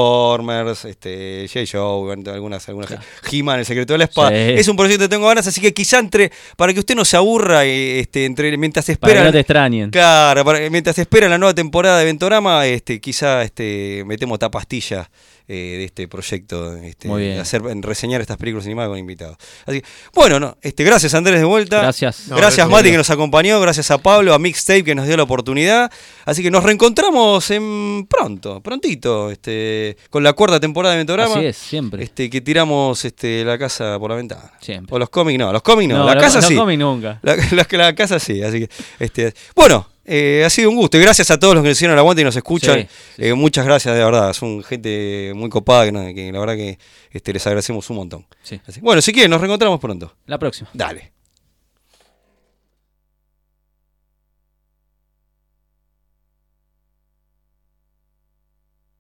Speaker 1: Transformers, este, J. Show, algunas, algunas He-Man, el secreto de la espada.
Speaker 2: Sí.
Speaker 1: Es un proyecto que tengo ganas, así que quizá entre, para que usted no se aburra eh, este, entre, mientras
Speaker 2: Para que
Speaker 1: espera.
Speaker 2: no te extrañen.
Speaker 1: Claro, para- mientras espera la nueva temporada de Ventorama, este, quizá este, metemos esta pastilla eh, de este proyecto, este,
Speaker 2: Muy bien.
Speaker 1: de hacer, en reseñar estas películas animadas con invitados. Así que, bueno, no, este, gracias Andrés de vuelta.
Speaker 2: Gracias.
Speaker 3: No,
Speaker 1: gracias
Speaker 3: gracias,
Speaker 1: Mati
Speaker 3: Diego.
Speaker 1: que nos acompañó, gracias a Pablo, a Mixtape que nos dio la oportunidad. Así que nos reencontramos en pronto, prontito, este, con la cuarta temporada de Ventorama.
Speaker 2: Así es, siempre.
Speaker 1: Este, que tiramos este, la casa por la ventana.
Speaker 2: Siempre.
Speaker 1: O los cómics, no, los cómics no,
Speaker 2: No,
Speaker 1: la
Speaker 2: no-
Speaker 1: casa
Speaker 2: no
Speaker 1: sí.
Speaker 2: come nunca.
Speaker 1: La, la- la casa sí, así que. Este, bueno, eh, ha sido un gusto. Y gracias a todos los que nos hicieron el aguante y nos escuchan.
Speaker 2: Sí, sí,
Speaker 1: Eh, muchas gracias, de verdad. Son gente muy copada que, no- que la verdad que este, les agradecemos un montón.
Speaker 2: Sí.
Speaker 1: Así- bueno, si quieren, nos reencontramos pronto.
Speaker 2: La próxima.
Speaker 1: Dale.